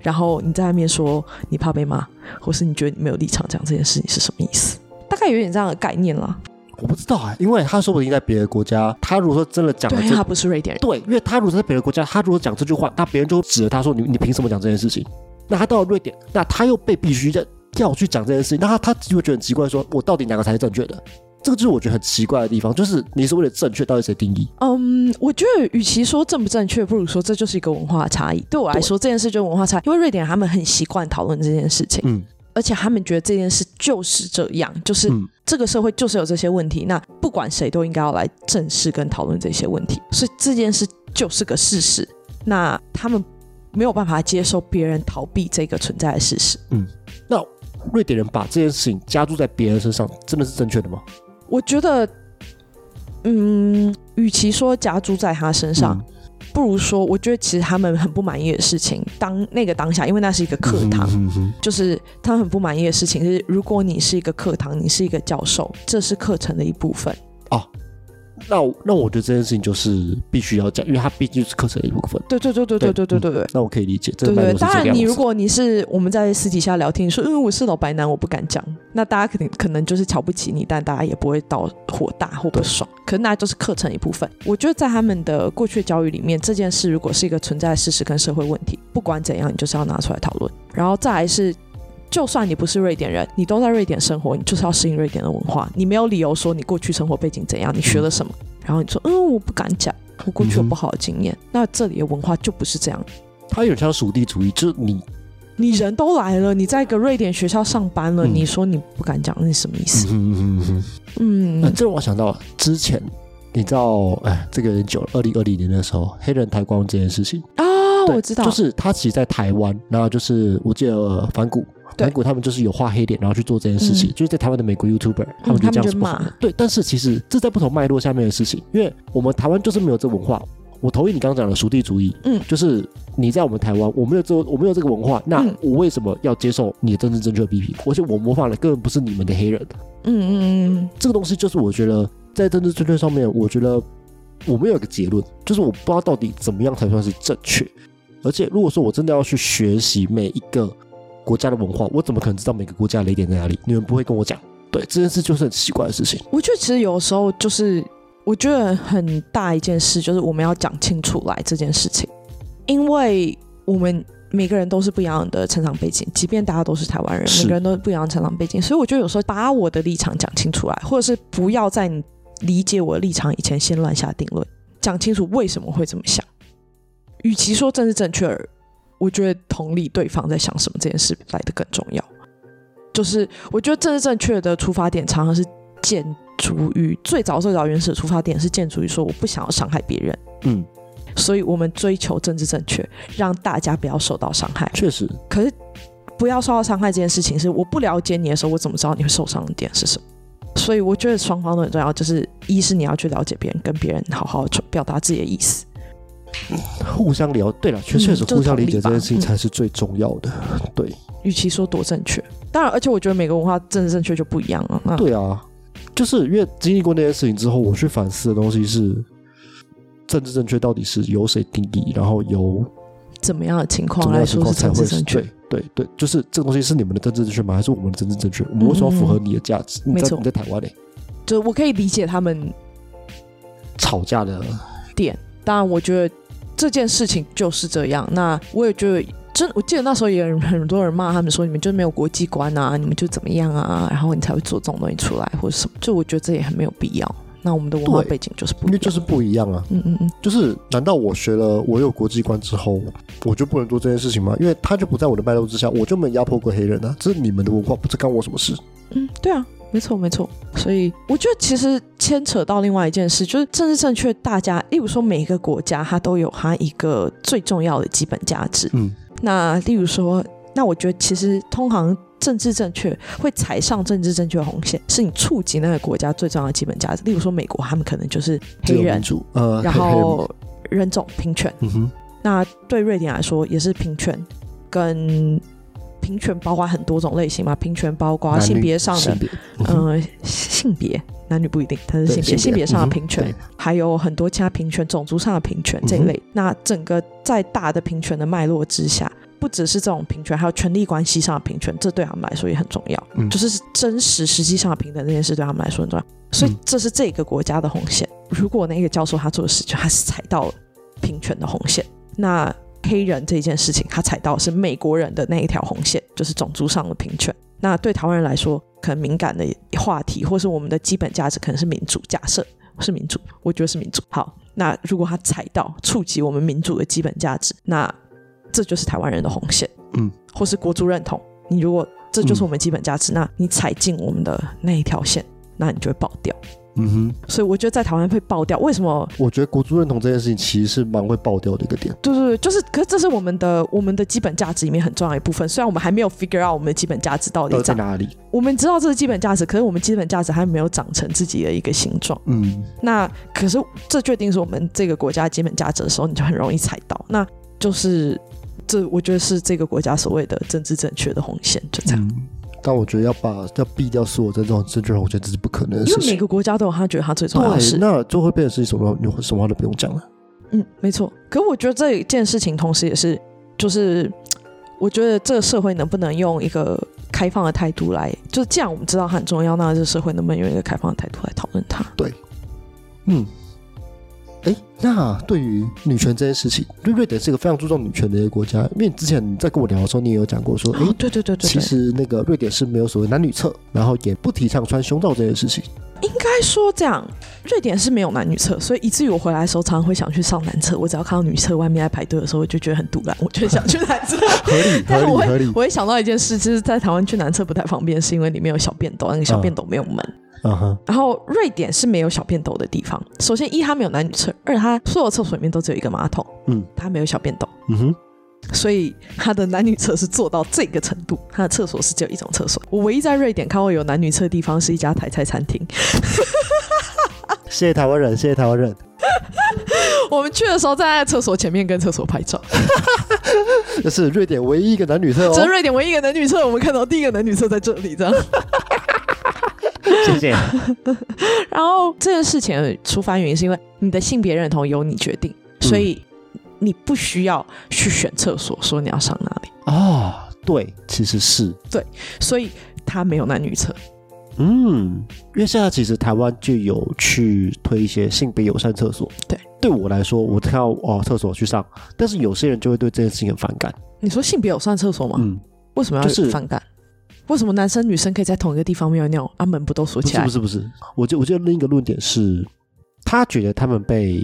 Speaker 1: 然后你在外面说你怕被骂，或是你觉得你没有立场讲这件事，你是什么意思？大概有点这样的概念啦。
Speaker 2: 我不知道啊、因为他说不定在别的国家，他如果说真的讲了
Speaker 1: 对，啊
Speaker 2: 这
Speaker 1: 他，不是瑞典人。
Speaker 2: 对，因为他如果在别的国家，他如果讲这句话，那别人就指着他说你你凭什么讲这件事情？那他到了瑞典，那他又被必须要要去讲这件事情，那他他就会觉得很奇怪说我到底哪个才是正确的？这个就是我觉得很奇怪的地方，就是你是为了正确，到底谁定义？
Speaker 1: 嗯，我觉得与其说正不正确，不如说这就是一个文化差异。对我来说，这件事就是文化差异，因为瑞典人他们很习惯讨论这件事情，
Speaker 2: 嗯
Speaker 1: 而且他们觉得这件事就是这样，就是
Speaker 2: 嗯
Speaker 1: 这个社会就是有这些问题，那不管谁都应该要来正视跟讨论这些问题，所以这件事就是个事实。那他们没有办法接受别人逃避这个存在的事实。
Speaker 2: 那瑞典人把这件事情加注在别人身上，真的是正确的吗？
Speaker 1: 我觉得，嗯，与其说加诸在他身
Speaker 2: 嗯
Speaker 1: 上，不如说，我觉得其实他们很不满意的事情，当那个当下，因为那是一个课堂，
Speaker 2: 嗯哼
Speaker 1: 就是他们很不满意的事情是，如果你是一个课堂，你是一个教授，这是课程的一部分。
Speaker 2: 那我那我觉得这件事情就是必须要讲，因为它毕竟是课程的一部分。
Speaker 1: 对对对对对对对对对。
Speaker 2: 那我可以理解，这
Speaker 1: 对
Speaker 2: 个脉
Speaker 1: 对，
Speaker 2: 络是这
Speaker 1: 当
Speaker 2: 个样
Speaker 1: 然，
Speaker 2: 子。
Speaker 1: 你如果你是我们在私底下聊天，你说嗯我是老白男，我不敢讲，那大家肯定可能就是瞧不起你，但大家也不会到火大或不爽。可是那就是课程一部分。我觉得在他们的过去的教育里面，这件事如果是一个存在的事实跟社会问题，不管怎样，你就是要拿出来讨论。然后再来是。就算你不是瑞典人，你都在瑞典生活，你就是要适应瑞典的文化。你没有理由说你过去生活背景怎样，你学了什么，然后你说嗯我不敢讲，我过去有
Speaker 2: 嗯哼
Speaker 1: 不好的经验。那这里的文化就不是这样，
Speaker 2: 他有点像属地主义，就是你
Speaker 1: 你人都来了，你在一个瑞典学校上班了，
Speaker 2: 嗯
Speaker 1: 你说你不敢讲，那是什么意思？
Speaker 2: 嗯嗯
Speaker 1: 嗯，
Speaker 2: 嗯，这让我想到之前，你知道，哎，这个有点久了，二零二零年的时候，黑人抬棺这件事情，
Speaker 1: 啊，
Speaker 2: 对
Speaker 1: 我知道，
Speaker 2: 就是他其实在台湾，然后就是我记得呃反骨，
Speaker 1: 对
Speaker 2: 反骨他们就是有画黑脸，然后去做这件事情，
Speaker 1: 嗯
Speaker 2: 就是在台湾的美国 YouTuber，他们就
Speaker 1: 他们
Speaker 2: 这样
Speaker 1: 就
Speaker 2: 子不
Speaker 1: 骂
Speaker 2: 好的。对，但是其实这在不同脉络下面的事情，因为我们台湾就是没有这文化。我同意你刚刚讲的属地主义，
Speaker 1: 嗯
Speaker 2: 就是你在我们台湾，我没有这我没有这个文化，那
Speaker 1: 嗯
Speaker 2: 我为什么要接受你的政治正确的批评？而且我模仿的根本不是你们的黑人，
Speaker 1: 嗯嗯
Speaker 2: 这个东西就是我觉得在政治正确上面，我觉得我没有一个结论，就是我不知道到底怎么样才算是正确。而且如果说我真的要去学习每一个国家的文化，我怎么可能知道每个国家的雷点在哪里？你们不会跟我讲。对，这件事就是很奇怪的事情。
Speaker 1: 嗯，我觉得其实有时候就是，我觉得很大一件事就是我们要讲清楚来这件事情，因为我们。每个人都是不一样的成长背景，即便大家都是台湾人，
Speaker 2: 是
Speaker 1: 每个人都是不一样的成长背景，所以我觉得有时候把我的立场讲清楚来，或者是不要在你理解我的立场以前先乱下定论，讲清楚为什么会这么想。与其说政治正确，我觉得同理对方在想什么这件事来的更重要。就是我觉得政治正确的出发点常常是建筑于最早最早原始的出发点是建筑于说我不想要伤害别人，
Speaker 2: 嗯，
Speaker 1: 所以我们追求政治正确，让大家不要受到伤害。
Speaker 2: 确实，
Speaker 1: 可是不要受到伤害这件事情，是我不了解你的时候，我怎么知道你会受伤的点是什么？所以我觉得双方都很重要，就是一是你要去了解别人，跟别人好好去表达自己的意思。
Speaker 2: 互相了，对了，确
Speaker 1: 嗯
Speaker 2: 确实
Speaker 1: 就是
Speaker 2: 互相
Speaker 1: 同
Speaker 2: 理
Speaker 1: 理
Speaker 2: 解这
Speaker 1: 吧
Speaker 2: 件事情
Speaker 1: 嗯
Speaker 2: 才是最重要的。对，
Speaker 1: 与其说多正确，当然，而且我觉得每个文化政治正确就不一样啊。那
Speaker 2: 对啊，就是因为经历过那件事情之后，我去反思的东西是，政治正确到底是由谁定义，然后由
Speaker 1: 怎么样的情
Speaker 2: 怎
Speaker 1: 况
Speaker 2: 么
Speaker 1: 哦来
Speaker 2: 样的情
Speaker 1: 说
Speaker 2: 况
Speaker 1: 是
Speaker 2: 才
Speaker 1: 政
Speaker 2: 会
Speaker 1: 治
Speaker 2: 是
Speaker 1: 正确
Speaker 2: 对？对对，就是这个东西是你们的政治正确吗？还是我们的政治正确？我们为什么要符合你的价值？你
Speaker 1: 嗯没
Speaker 2: 知道
Speaker 1: 错
Speaker 2: 你在台湾嘞、
Speaker 1: 就是我可以理解他们
Speaker 2: 吵架的
Speaker 1: 嗯点，当然，我觉得这件事情就是这样。那我也觉得。真，我记得那时候也有人很多人骂他们说，你们就没有国际观啊，你们就怎么样啊，然后你才会做这种东西出来或者什么。就我觉得这也很没有必要。那我们的文化
Speaker 2: 对
Speaker 1: 背景就是不一
Speaker 2: 因为
Speaker 1: 样，
Speaker 2: 就是不一样啊。
Speaker 1: 嗯嗯嗯，
Speaker 2: 就是难道我学了我有国际观之后，我就不能做这件事情吗？因为他就不在我的脉络之下，我就没压迫过黑人啊。这是你们的文化，不是干我什么事？
Speaker 1: 嗯，对啊，没错没错。所以我觉得其实牵扯到另外一件事，就是政治正确，大家，例如说每一个国家它都有它一个最重要的基本价值。
Speaker 2: 嗯，
Speaker 1: 那例如说，那我觉得其实通常政治正确会踩上政治正确的红线，是你触及那个国家最重要的基本价值。例如说美国，他们可能就是黑
Speaker 2: 自由民
Speaker 1: 人，
Speaker 2: 主，呃，
Speaker 1: 然
Speaker 2: 黑黑人
Speaker 1: 后人种平权。
Speaker 2: 嗯哼，
Speaker 1: 那对瑞典来说也是平权，跟平权包括很多种类型嘛，平权包括
Speaker 2: 男女
Speaker 1: 性别上的
Speaker 2: 性，别，嗯
Speaker 1: 呃，性别男女不一定，但是性
Speaker 2: 对
Speaker 1: 别性别上的平，
Speaker 2: 嗯
Speaker 1: 权，
Speaker 2: 哼嗯
Speaker 1: 还有很多其他平权，种族上的平权这一类。那整个在大的平权的脉络之下，不只是这种平权，还有权力关系上的平权，这对他们来说也很重要。
Speaker 2: 嗯
Speaker 1: 就是真实实际上的平等这件事对他们来说很重要，所以
Speaker 2: 嗯
Speaker 1: 这是这个国家的红线。如果那个教授他做的事情，他是踩到了平权的红线，那黑人这件事情，他踩到的是美国人的那一条红线，就是种族上的平权。那对台湾人来说，可能敏感的话题，或是我们的基本价值，可能是民主。假设是民主，我觉得是民主。好，那如果他踩到触及我们民主的基本价值，那这就是台湾人的红线，
Speaker 2: 嗯，
Speaker 1: 或是国族认同。你如果这就是我们基本价值，那你踩进我们的那一条线，那你就会爆掉。
Speaker 2: 嗯哼，
Speaker 1: 所以我觉得在台湾会爆掉，为什么？
Speaker 2: 我觉得国族认同这件事情其实是蛮会爆掉的一个点。
Speaker 1: 对对对，就是，可是这是我们的我们的基本价值里面很重要的一部分。虽然我们还没有 figure out 我们的基本价值到底
Speaker 2: 到底在
Speaker 1: 长，
Speaker 2: 哪里？
Speaker 1: 我们知道这是基本价值，可是我们基本价值还没有长成自己的一个形状。
Speaker 2: 嗯，
Speaker 1: 那可是这确定是我们这个国家基本价值的时候，你就很容易踩到。那就是这，我觉得是这个国家所谓的政治正确的红线，就这样。
Speaker 2: 嗯但我觉得要把要避掉所有的这种政治红线，这是不可能的
Speaker 1: 因
Speaker 2: 事
Speaker 1: 为每
Speaker 2: 情。
Speaker 1: 个国家都有他觉得他最重要的
Speaker 2: 对，
Speaker 1: 事，
Speaker 2: 那就会变成是一什么你什么话都不用讲了。
Speaker 1: 嗯，没错。可我觉得这一件事情，同时也是，就是我觉得这个社会能不能用一个开放的态度来，就是既然我们知道它很重要，那这个社会能不能用一个开放的态度来讨论它？
Speaker 2: 嗯，哎，那对于女权这件事情，瑞瑞典是一个非常注重女权的一个国家。因为你之前你在跟我聊的时候，你也有讲过说，哎、
Speaker 1: 哦，对对对对
Speaker 2: 其
Speaker 1: 对，
Speaker 2: 实那个瑞典是没有所谓男女厕，然后也不提倡穿胸罩这件 事情。
Speaker 1: 应该说这样，瑞典是没有男女厕，所以以至于我回来的时候，常常会想去上男厕。我只要看到女厕外面在排队的时候，我就觉得很堵然，我就会想去男 厕。
Speaker 2: 合理，
Speaker 1: 但
Speaker 2: 合
Speaker 1: 是我
Speaker 2: 理，合
Speaker 1: 会
Speaker 2: 理。
Speaker 1: 我会想到一件事，就是在台湾去男厕不太方便，是因为里面有小便斗，那个小
Speaker 2: 嗯
Speaker 1: 便斗没有门。
Speaker 2: 嗯哼，
Speaker 1: 然后瑞典是没有小便斗的地方。首先一它没有男女厕，二它所有厕所里面都只有一个马桶，
Speaker 2: 嗯，
Speaker 1: 它没有小便斗，
Speaker 2: 嗯哼，
Speaker 1: 所以它的男女厕是做到这个程度。它的厕所是只有一种厕所。我唯一在瑞典看过有男女厕的地方是一家台菜餐厅。
Speaker 2: 谢谢台湾人，谢谢台湾人。
Speaker 1: 我们去的时候站在厕所前面跟厕所拍照，
Speaker 2: 这是瑞典唯一一个男女厕
Speaker 1: 这是
Speaker 2: 哦。
Speaker 1: 瑞典唯一一个男女厕，我们看到第一个男女厕在这里这样。
Speaker 2: 谢谢。
Speaker 1: 然后这件事情的出发原因是因为你的性别认同由你决定，所以你不需要去选厕所说你要上哪里，
Speaker 2: 啊，对，其实是，
Speaker 1: 所以它没有男女厕。
Speaker 2: 嗯，因为现在其实台湾就有去推一些性别友善厕所。
Speaker 1: 对，
Speaker 2: 对我来说，我看到哦厕所去上，但是有些人就会对这件事情很反感。
Speaker 1: 你说性别有上厕所吗？
Speaker 2: 嗯，
Speaker 1: 为什么
Speaker 2: 就
Speaker 1: 要
Speaker 2: 是
Speaker 1: 反感？为什么男生女生可以在同一个地方尿尿，啊门不都锁
Speaker 2: 不
Speaker 1: 起
Speaker 2: 是
Speaker 1: 来
Speaker 2: 不？是不是，我就我觉得另一个论点是，他觉得他们被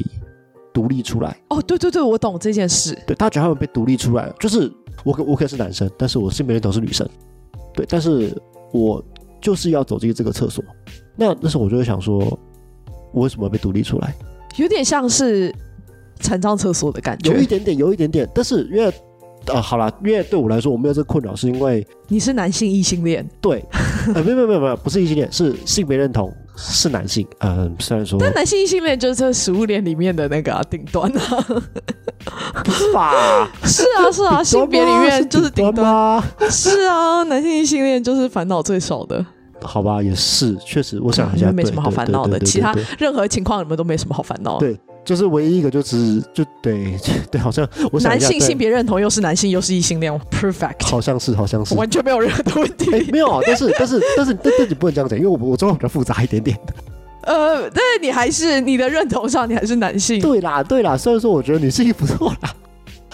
Speaker 2: 独立出来。
Speaker 1: 哦，对对对，我懂这件事。
Speaker 2: 对，他觉得他们被独立出来了，就是我可我可以是男生，但是我性别认同是女生，对，但是我就是要走进这个厕所。那那时候我就会想说，我为什么被独立出来？
Speaker 1: 有点像是残障厕所的感
Speaker 2: 有一
Speaker 1: 觉。
Speaker 2: 点点，有一点点，但是因为啊、好啦，因为对我来说我没有这个困扰，是因为
Speaker 1: 你是男性异性恋，
Speaker 2: 对，呃，没有没有没有没有，不是异性恋，是性别认同是男性。嗯、虽然说
Speaker 1: 但男性异性恋就是这食物链里面的那个啊顶、端 啊。
Speaker 2: 不是吧？
Speaker 1: 是啊，是啊，性别里面就是顶
Speaker 2: 顶端
Speaker 1: 端。
Speaker 2: 吗？
Speaker 1: 是啊，男性异性恋就是烦恼最少的，
Speaker 2: 好吧，也是，确实，我想一
Speaker 1: 你
Speaker 2: 下，
Speaker 1: 们啊没
Speaker 2: 对
Speaker 1: 什么好
Speaker 2: 对
Speaker 1: 烦
Speaker 2: 对
Speaker 1: 恼
Speaker 2: 对
Speaker 1: 的
Speaker 2: 对
Speaker 1: 其
Speaker 2: 对
Speaker 1: 他
Speaker 2: 对
Speaker 1: 任何情况你们都没什么好烦恼。
Speaker 2: 对就是唯一一个就只就对 对，好像我想一
Speaker 1: 男
Speaker 2: 下
Speaker 1: 性
Speaker 2: 对
Speaker 1: 性别认同又是男性又是异性恋，perfect，
Speaker 2: 好像是好像 是，
Speaker 1: 完全没有任何的问题。
Speaker 2: 哎、没有，但是但是但是但但你不能这样讲，因为我我状况比较复杂一点点。
Speaker 1: 呃，但是你还是你的认同上，你还是男性。
Speaker 2: 对啦对啦，虽然说我觉得女性不错啦，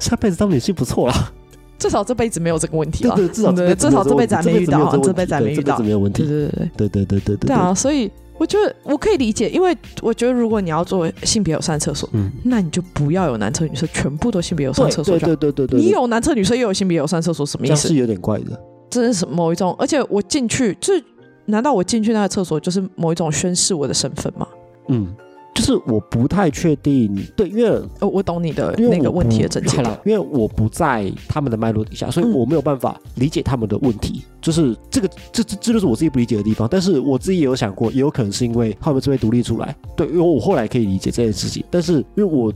Speaker 2: 下辈子当女性不错啦，
Speaker 1: 至少这辈子没有这个问题
Speaker 2: 对
Speaker 1: 了。
Speaker 2: 对，至少这
Speaker 1: 对
Speaker 2: 辈
Speaker 1: 至
Speaker 2: 子
Speaker 1: 少这
Speaker 2: 没有
Speaker 1: 辈子还没遇到啊，这
Speaker 2: 这
Speaker 1: 辈子还没遇到
Speaker 2: 这辈子。没有问
Speaker 1: 对
Speaker 2: 题，
Speaker 1: 对对
Speaker 2: 对对对对
Speaker 1: 对
Speaker 2: 对对，
Speaker 1: 啊！所以我觉得我可以理解，因为我觉得如果你要做性别友善厕所，
Speaker 2: 嗯，
Speaker 1: 那你就不要有男厕女厕，全部都性别友善
Speaker 2: 对
Speaker 1: 厕所
Speaker 2: 对
Speaker 1: 就好。
Speaker 2: 对对对对，
Speaker 1: 你有男厕女厕又有性别友善厕所，什么
Speaker 2: 这
Speaker 1: 意
Speaker 2: 样
Speaker 1: 思
Speaker 2: 是？有点怪的，
Speaker 1: 这是什么某一种？而且我进去，这难道我进去那个厕所就是某一种宣示我的身份吗？
Speaker 2: 嗯。就是我不太确定，对，因为
Speaker 1: 哦，我懂你的
Speaker 2: 因为
Speaker 1: 那个
Speaker 2: 我
Speaker 1: 问题
Speaker 2: 不
Speaker 1: 的症结
Speaker 2: 对啦因为我不在他们的脉络底下，所以
Speaker 1: 嗯
Speaker 2: 我没有办法理解他们的问题。就是这个，这这这就是我自己不理解的地方。但是我自己也有想过，也有可能是因为他们这边独立出来，对，因为我后来可以理解这件事情，但是因为我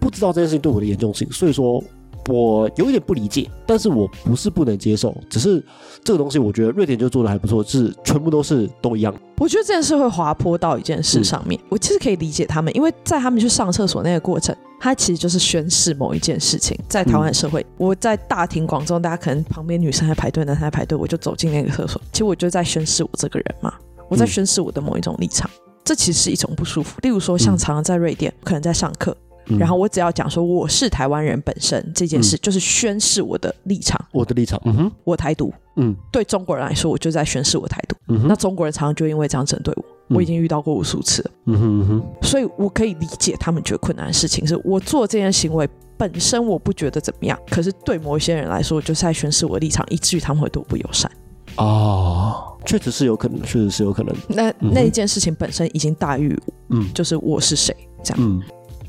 Speaker 2: 不知道这件事情对我的严重性，所以说。我有一点不理解，但是我不是不能接受，只是这个东西我觉得瑞典就做的还不错，是全部都是都一样。
Speaker 1: 我觉得这件事会滑坡到一件事上
Speaker 2: 嗯
Speaker 1: 面。我其实可以理解他们，因为在他们去上厕所那个过程，他其实就是宣示某一件事情。在台湾的
Speaker 2: 嗯
Speaker 1: 社会，我在大庭广众，大家可能旁边女生在排队，男生在排队，我就走进那个厕所，其实我就在宣示我这个人嘛，我在
Speaker 2: 嗯
Speaker 1: 宣示我的某一种立场。这其实是一种不舒服。例如说，像
Speaker 2: 嗯
Speaker 1: 常常在瑞典，可能在上课，
Speaker 2: 嗯
Speaker 1: 然后我只要讲说我是台湾人本身这件事，就是宣示我的立场，
Speaker 2: 我的立场，嗯哼，
Speaker 1: 我台独。
Speaker 2: 嗯
Speaker 1: 对中国人来说，我就在宣示我台独。
Speaker 2: 嗯哼，
Speaker 1: 那中国人常常就因为这样针对我，
Speaker 2: 嗯
Speaker 1: 我已经遇到过无数次了，
Speaker 2: 嗯哼嗯哼，
Speaker 1: 所以我可以理解他们觉得困难的事情是我做这件行为。本身我不觉得怎么样，可是对某一些人来说，我就是在宣示我的立场，以至于他们会对我不友善。
Speaker 2: 哦，确实是有可能，确实是有可能。
Speaker 1: 那
Speaker 2: 嗯哼
Speaker 1: 那一件事情本身已经大于
Speaker 2: 嗯
Speaker 1: 就是我是谁这样。
Speaker 2: 嗯，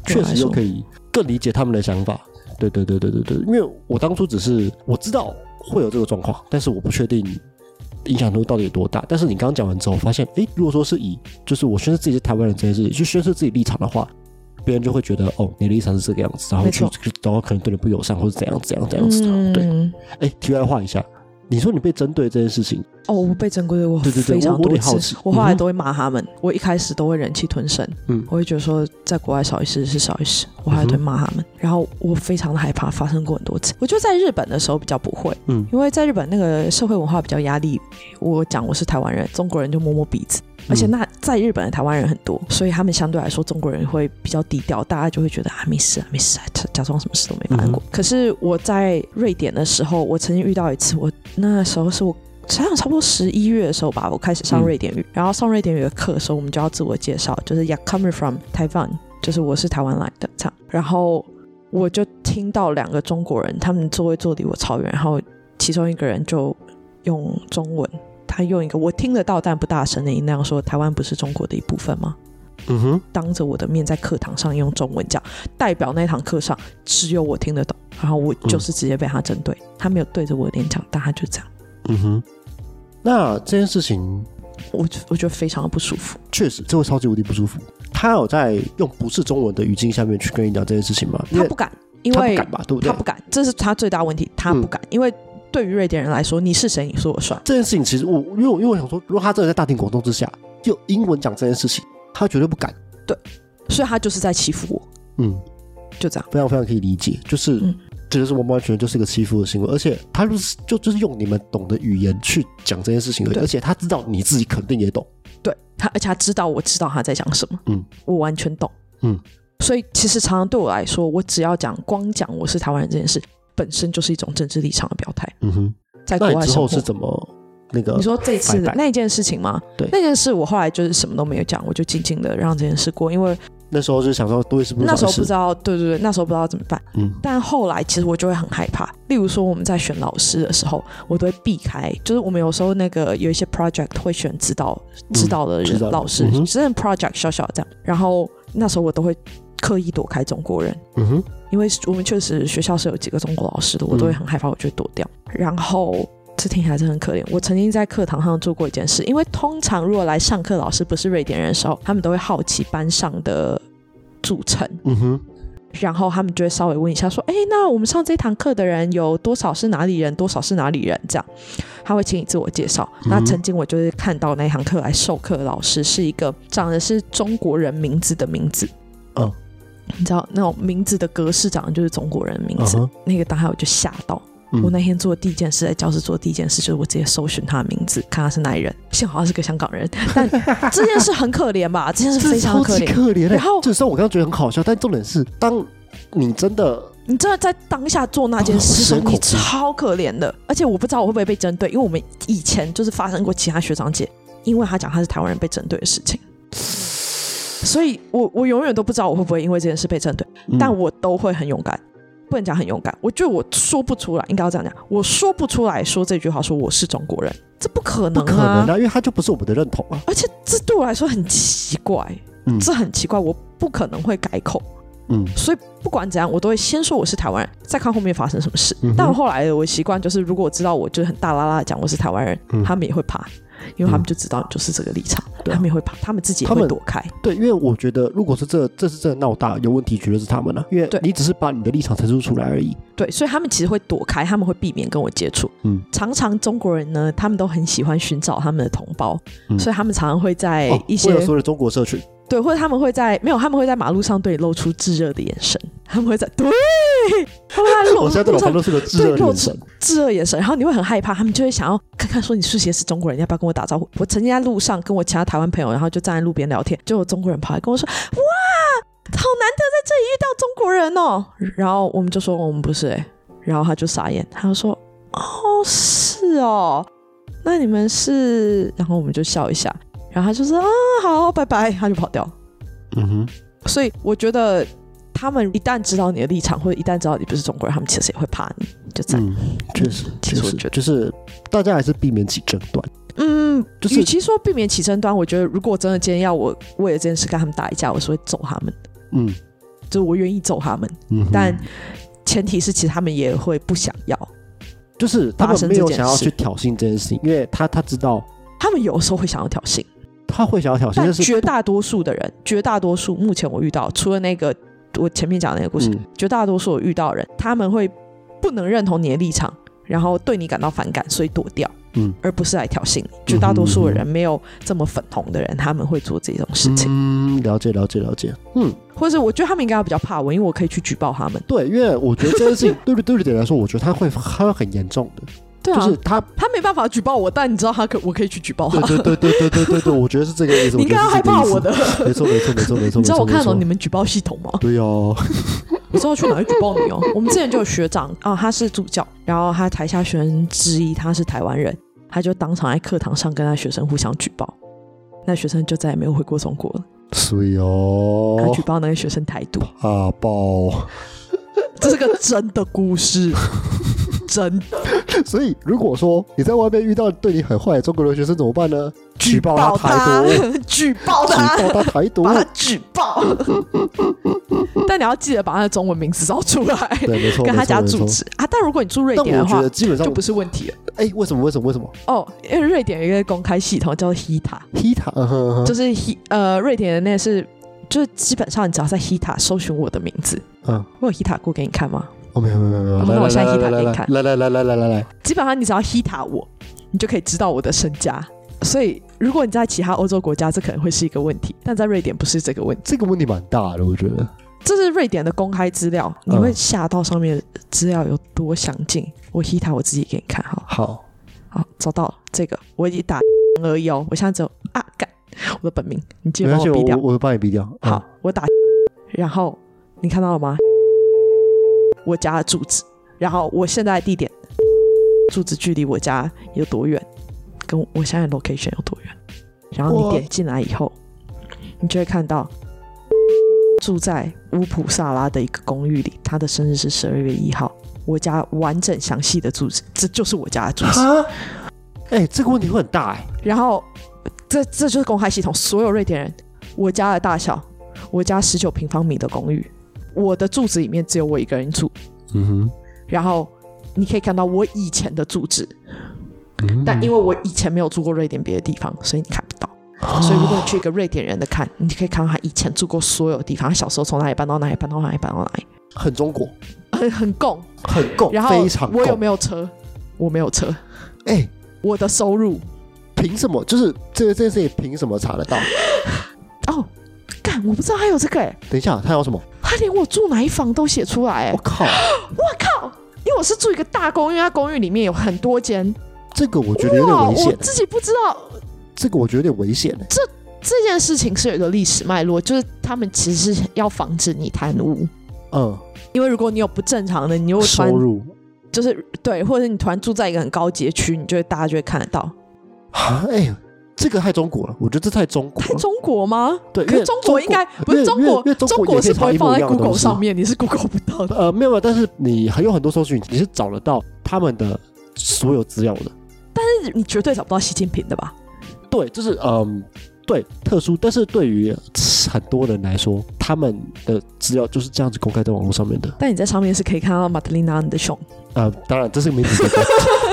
Speaker 1: 对我
Speaker 2: 确
Speaker 1: 来
Speaker 2: 实就
Speaker 1: 说
Speaker 2: 可以更理解他们的想法。对对对对对对，因为我当初只是我知道会有这个状况，但是我不确定影响度到底有多大。但是你刚刚讲完之后，发现诶，如果说是以就是我宣示自己是台湾人这件事情去宣示自己立场的话，别人就会觉得哦，你的立场是这个样子，然后
Speaker 1: 没
Speaker 2: 去
Speaker 1: 错
Speaker 2: 去然后可能对你不友善或者怎样怎样怎样子。对，
Speaker 1: 嗯，
Speaker 2: 诶，题外话一下，你说你被针对这件事情，
Speaker 1: 哦，我被针对过
Speaker 2: 对对对
Speaker 1: 非常
Speaker 2: 我我
Speaker 1: 多
Speaker 2: 得好
Speaker 1: 次
Speaker 2: 奇，
Speaker 1: 我后来
Speaker 2: 嗯哼
Speaker 1: 都会骂他们。我一开始都会忍气吞声，
Speaker 2: 嗯
Speaker 1: 我会觉得说在国外少一事是少一事，我还会
Speaker 2: 嗯哼
Speaker 1: 骂他们。然后我非常的害怕，发生过很多次。我就在日本的时候比较不会，
Speaker 2: 嗯
Speaker 1: 因为在日本那个社会文化比较压力。我讲我是台湾人，中国人就摸摸鼻子。而
Speaker 2: 嗯
Speaker 1: 且那在日本的台湾人很多，所以他们相对来说中国人会比较低调，大家就会觉得啊没事啊没事啊，假假装什么事都没发
Speaker 2: 嗯
Speaker 1: 生过。可是我在瑞典的时候，我曾经遇到一次，我那时候是我想想差不多十一月的时候吧，我开始上
Speaker 2: 嗯
Speaker 1: 瑞典语，然后上瑞典语的课的时候，我们就要自我介绍，就是 Yeah coming from Taiwan，就是我是台湾来的这样。然后我就听到两个中国人，他们座位坐离我超远，然后其中一个人就用中文，他用一个我听得到但不大声的音量说：“台湾不是中国的一部分吗？”
Speaker 2: 嗯哼，
Speaker 1: 当着我的面在课堂上用中文讲，代表那堂课上只有我听得懂，然后我就是直接被他针对，他没有对着我的脸讲，但他就这样，
Speaker 2: 嗯哼，那这件事情
Speaker 1: 我就我觉得非常的不舒服。
Speaker 2: 确实，这会超级无敌不舒服。他有在用不是中文的语境下面去跟你讲这件事情吗？因
Speaker 1: 他
Speaker 2: 为
Speaker 1: 不敢，因
Speaker 2: 他不
Speaker 1: 为
Speaker 2: 敢吧，对不对？嗯
Speaker 1: 他不敢，这是他最大问题，他不敢，因为对于瑞典人来说，你是谁，你说我算。
Speaker 2: 这件事情其实我，因为我因为我想说，如果他真的在大庭广众之下用英文讲这件事情，他绝对不敢。
Speaker 1: 所以他就是在欺负我，
Speaker 2: 嗯，
Speaker 1: 就这样。
Speaker 2: 非常非常可以理解，就是
Speaker 1: 嗯
Speaker 2: 这就是完完全全就是个欺负的行为，而且他就是就就是用你们懂的语言去讲这件事情而已，
Speaker 1: 对
Speaker 2: 而且他知道你自己肯定也懂。
Speaker 1: 对他，而且他知道我知道他在讲什么，
Speaker 2: 嗯，
Speaker 1: 我完全懂，
Speaker 2: 嗯。
Speaker 1: 所以其实常常对我来说，我只要讲光讲我是台湾人这件事，本身就是一种政治立场的表态。
Speaker 2: 嗯哼，
Speaker 1: 在国
Speaker 2: 那你
Speaker 1: 外
Speaker 2: 之
Speaker 1: 生
Speaker 2: 后
Speaker 1: 活，
Speaker 2: 是怎么那个？
Speaker 1: 你说这次
Speaker 2: 拜
Speaker 1: 的
Speaker 2: 拜
Speaker 1: 那一件事情吗？
Speaker 2: 对
Speaker 1: 那件事我后来就是什么都没有讲，我就静静的让这件事过，因为
Speaker 2: 那时候就想说，对，是不是
Speaker 1: 那时候
Speaker 2: 好事
Speaker 1: 不知道，对对对，那时候不知道怎么办。
Speaker 2: 嗯
Speaker 1: 但后来其实我就会很害怕。例如说我们在选老师的时候，我都会避开，就是我们有时候那个有一些 project 会选指导指导的人、
Speaker 2: 指导
Speaker 1: 老师
Speaker 2: 嗯，哼
Speaker 1: 只是 project 小小这样。然后那时候我都会刻意躲开中国人，
Speaker 2: 嗯哼，
Speaker 1: 因为我们确实学校是有几个中国老师的，我都会很害怕，我就会躲掉。然后这听起来真的很可怜。我曾经在课堂上做过一件事，因为通常如果来上课老师不是瑞典人的时候，他们都会好奇班上的组成，
Speaker 2: 嗯哼，
Speaker 1: 然后他们就会稍微问一下说：“哎，那我们上这堂课的人有多少是哪里人，多少是哪里人？”这样，他会请你自我介绍。
Speaker 2: 嗯
Speaker 1: 那曾经我就是看到那一堂课来授课的老师是一个长得是中国人名字的名字，
Speaker 2: 嗯，
Speaker 1: 你知道那种名字的格式长得就是中国人的名
Speaker 2: 嗯
Speaker 1: 字。
Speaker 2: 哼，
Speaker 1: 那个当下我就吓到，
Speaker 2: 嗯
Speaker 1: 我那天做的第一件事，在教室做的第一件事就是我直接搜寻他的名字，看他是哪里人。幸好他是个香港人，但这件事很可怜吧？这件事
Speaker 2: 这
Speaker 1: 非
Speaker 2: 是
Speaker 1: 常
Speaker 2: 超
Speaker 1: 可
Speaker 2: 级
Speaker 1: 怜。
Speaker 2: 可怜的。
Speaker 1: 然后
Speaker 2: 这时候我刚刚觉得很好笑，但重点是，当你真的
Speaker 1: 你真的在当下做那件事的时候，
Speaker 2: 哦好
Speaker 1: 你
Speaker 2: 恐怖
Speaker 1: 超可怜的。而且我不知道我会不会被针对，因为我们以前就是发生过其他学长姐，因为他讲他是台湾人被针对的事情，所以我我永远都不知道我会不会因为这件事被针对，
Speaker 2: 嗯
Speaker 1: 但我都会很勇敢。不能讲很勇敢，我觉得我说不出来，应该要这样讲，我说不出来说这句话，说我是中国人，这不可能
Speaker 2: 不
Speaker 1: 啊！
Speaker 2: 可能啊，因为他就不是我们的认同啊。
Speaker 1: 而且这对我来说很奇怪，
Speaker 2: 嗯
Speaker 1: 这很奇怪，我不可能会改口。
Speaker 2: 嗯
Speaker 1: 所以不管怎样，我都会先说我是台湾人，再看后面发生什么事。
Speaker 2: 嗯哼
Speaker 1: 但我后来我习惯就是，如果我知道我就是很大啦啦地讲我是台湾人，
Speaker 2: 嗯
Speaker 1: 他们也会怕，因为他们就知道就是这个立场，
Speaker 2: 对啊
Speaker 1: 他们也会怕，他们自己也
Speaker 2: 他
Speaker 1: 会
Speaker 2: 们
Speaker 1: 躲开。
Speaker 2: 对，因为我觉得，如果是这这是真的闹大有问题，绝对是他们了、因为
Speaker 1: 对
Speaker 2: 你只是把你的立场陈述出来而已。
Speaker 1: 对，所以他们其实会躲开，他们会避免跟我接触。
Speaker 2: 嗯，
Speaker 1: 常常中国人呢，他们都很喜欢寻找他们的同胞，
Speaker 2: 嗯
Speaker 1: 所以他们常常会在
Speaker 2: 哦
Speaker 1: 哎一些、
Speaker 2: 为了所有的中国社 群，
Speaker 1: 对，或者他们会在没有，他们会在马路上对你露出炙热的眼神，他们会在 对，他们会在路
Speaker 2: 我现在对
Speaker 1: 路
Speaker 2: 老
Speaker 1: 上
Speaker 2: 黄都是个炙热的
Speaker 1: 对
Speaker 2: 眼神。
Speaker 1: 炙热眼神，然后你会很害怕，他们就会想要看看说你是不是也是中国人，你要不要跟我打招呼？我曾经在啊路上跟我其他台湾朋友，然后就站在路边聊天，就有中国人跑来跟我说：“哇，好难得在这里遇到中国人哦。”然后我们就说我们不是、欸，然后他就傻眼，他就说：“哦，是哦，那你们是？”然后我们就笑一下，然后他就说：“啊，好，拜拜。”他就跑掉了。
Speaker 2: 嗯哼，
Speaker 1: 所以我觉得他们一旦知道你的立场，或者一旦知道你不是中国人，他们其实也会怕你，就这样。
Speaker 2: 嗯，确实，
Speaker 1: 其实我
Speaker 2: 确
Speaker 1: 觉得
Speaker 2: 就是大家还是避免起争端。
Speaker 1: 嗯，
Speaker 2: 就是
Speaker 1: 与其说避免起争端，我觉得如果真的今天要我为了这件事跟他们打一架，我是会揍他们，
Speaker 2: 嗯
Speaker 1: 就是我愿意揍他们，
Speaker 2: 嗯哼，
Speaker 1: 但前提是其实他们也会不想要，
Speaker 2: 就是他
Speaker 1: 发
Speaker 2: 们
Speaker 1: 生
Speaker 2: 没
Speaker 1: 这
Speaker 2: 有
Speaker 1: 件
Speaker 2: 想要
Speaker 1: 事
Speaker 2: 去挑衅这件事情，因为他他知道
Speaker 1: 他们有的时候会想要挑衅，
Speaker 2: 他会想要挑衅，
Speaker 1: 但
Speaker 2: 但是
Speaker 1: 绝大多数的人，绝大多数目前我遇到，除了那个我前面讲的那个故事，
Speaker 2: 嗯
Speaker 1: 绝大多数我遇到的人，他们会不能认同你的立场，然后对你感到反感，所以躲掉，
Speaker 2: 嗯，
Speaker 1: 而不是来挑衅你。绝大多数的
Speaker 2: 嗯
Speaker 1: 人没有这么粉红的人，他们会做这种事情，
Speaker 2: 嗯，了解了解了解。嗯，
Speaker 1: 或者是我觉得他们应该要比较怕我，因为我可以去举报他们。
Speaker 2: 对，因为我觉得这件事 情对于对于点来说，我觉得他会他会很严重的，
Speaker 1: 对啊，
Speaker 2: 就是他，
Speaker 1: 他没办法举报我，但你知道他可我可以去举报他
Speaker 2: 对。对对对对对对对，我觉得是这个意思。
Speaker 1: 你应该要害怕我
Speaker 2: 的，
Speaker 1: 的，
Speaker 2: 没错没错没错没 错。
Speaker 1: 你知道我
Speaker 2: 没错
Speaker 1: 看得懂你。
Speaker 2: 没错
Speaker 1: 们举报系统吗？
Speaker 2: 对哦，
Speaker 1: 我知道去哪里举报你哦。我们之前就有学长啊、他是助教，然后他台下学生之一，他是台湾人，他就当场在课堂上跟他学生互相举报，那学生就再也没有回过中国了。
Speaker 2: 所以
Speaker 1: 他
Speaker 2: 哦
Speaker 1: 举，报那个学生台独，
Speaker 2: 啊爆！
Speaker 1: 这是个真的故 事，真
Speaker 2: 所以如果说你在外面遇到对你很坏的中国留学生怎么办呢？举报他台独，举
Speaker 1: 他， 举报他，
Speaker 2: 报他台独。
Speaker 1: 把他举报。 但你要记得把他的中文名字找出来。
Speaker 2: 对，没 错，
Speaker 1: 跟他
Speaker 2: 没错
Speaker 1: 讲
Speaker 2: 没
Speaker 1: 住
Speaker 2: 错
Speaker 1: 址啊。但如果你住瑞
Speaker 2: 但
Speaker 1: 典的
Speaker 2: 我觉
Speaker 1: 话
Speaker 2: 得，基本上
Speaker 1: 就不是问题了
Speaker 2: 哎、为什么？为什么？为什么
Speaker 1: 哦，因为瑞典有一个公开系统叫做 Hita，、
Speaker 2: ？Hita，嗯哼嗯哼
Speaker 1: 就是 H 呃瑞典的那是，就是基本上你只要在 Hita 搜寻我的名字，
Speaker 2: 嗯，
Speaker 1: 我有 Hita 过给你看吗？
Speaker 2: 哦，没有没有没有，
Speaker 1: 好
Speaker 2: 来
Speaker 1: 那
Speaker 2: 来
Speaker 1: 我现在
Speaker 2: 来
Speaker 1: Hita
Speaker 2: 来
Speaker 1: 给你
Speaker 2: 来
Speaker 1: 看
Speaker 2: 来来来来来来来，
Speaker 1: 基本上你只要 Hita 我，你就可以知道我的身家。所以如果你在其他欧洲国家，这可能会是一个问题，但在瑞典不是这个问题。
Speaker 2: 这个问题蛮大的，我觉得。
Speaker 1: 这是瑞典的公开资料，
Speaker 2: 嗯
Speaker 1: 你会吓到上面的资料有多详尽。我 Hita 我自己给你看好。
Speaker 2: 好，
Speaker 1: 好，找到了这个，我已经打而已哦，我现在只有啊干我的本名，你记
Speaker 2: 没
Speaker 1: 得
Speaker 2: 关
Speaker 1: 帮我
Speaker 2: 系，我
Speaker 1: 逼掉。
Speaker 2: 我会帮你逼掉。嗯
Speaker 1: 好，，我打，然后你看到了吗？我家的住址，然后我现在的地点，住址距离我家有多远，跟我现在的 location 有多远，然后你
Speaker 2: 哇
Speaker 1: 点进来以后，你就会看到住在乌普萨拉的一个公寓里，他的生日是十二月一号。我家完整详细的住址，这就是我家的住址。
Speaker 2: 啊，哎、这个问题会很大哎、
Speaker 1: 然后，呃这这就是公开系统，所有瑞典人，我家的大小，我家十九平方米的公寓，我的住址里面只有我一个人住。
Speaker 3: 嗯
Speaker 1: 然后你可以看到我以前的住址，
Speaker 3: 哼，
Speaker 1: 但因
Speaker 3: 为
Speaker 1: 为我以前没有住过瑞典别的地方，所以你看不到。所以如果
Speaker 2: 啊
Speaker 1: 你去一个瑞典人的看，你可以看到他以前住过所有地方，他小时候从哪里搬到哪里，搬到哪里，搬到哪里，
Speaker 2: 很中国，
Speaker 1: 很很共。
Speaker 2: 很够，
Speaker 1: 然后
Speaker 2: 非常够。
Speaker 1: 我有没有车？我没有车。
Speaker 2: 哎、
Speaker 1: 我的收入
Speaker 2: 凭什么？就是这个这件事情凭什么查得 到？
Speaker 1: 哦，干，我不知道还有这个哎、
Speaker 2: 等一下，他有什么？
Speaker 1: 他连我住哪一房都写出来哎、
Speaker 2: 我靠，
Speaker 1: 我靠！因为我是住一个大公寓，他公寓里面有很多间，
Speaker 2: 这个我觉得有
Speaker 1: 哇，
Speaker 2: 点危
Speaker 1: 我
Speaker 2: 险，
Speaker 1: 自己不知道
Speaker 2: 这个我觉得有点危险哎、
Speaker 1: 这件事情是有一个历史脉络，就是他们其实是要防止你贪污，
Speaker 2: 嗯，
Speaker 1: 因为如果你有不正常的，你又突然
Speaker 2: 收入
Speaker 1: 就是对，或者是你突然住在一个很高级的区，你就会大家就会看得到。
Speaker 2: 啊，哎、这个太中国了，我觉得这太中国
Speaker 1: 太
Speaker 2: 了。
Speaker 1: 中国吗？
Speaker 2: 对，因
Speaker 1: 可
Speaker 2: 为
Speaker 1: 是中国应该不是
Speaker 2: 因为
Speaker 1: 中
Speaker 2: 因为
Speaker 1: 国
Speaker 2: 因为，中国也可
Speaker 1: 是
Speaker 2: 以
Speaker 1: 不会
Speaker 2: 查一模
Speaker 1: 放
Speaker 2: 一
Speaker 1: 在
Speaker 2: 样的
Speaker 1: Google
Speaker 2: 东西。
Speaker 1: 上面，你是 Google 不到 的。
Speaker 2: 呃，没有，但是你还有很多搜寻，你是找得到他们的所有资料的。
Speaker 1: 但是你绝对找不到习近平的吧？
Speaker 2: 对，就是嗯，对，特殊，但是对于很多人来说，他们的资料就是这样子公开在网络上面的。
Speaker 1: 但你在上面是可以看到马特琳娜你的胸。
Speaker 2: 呃，当然，这是个民主 国家，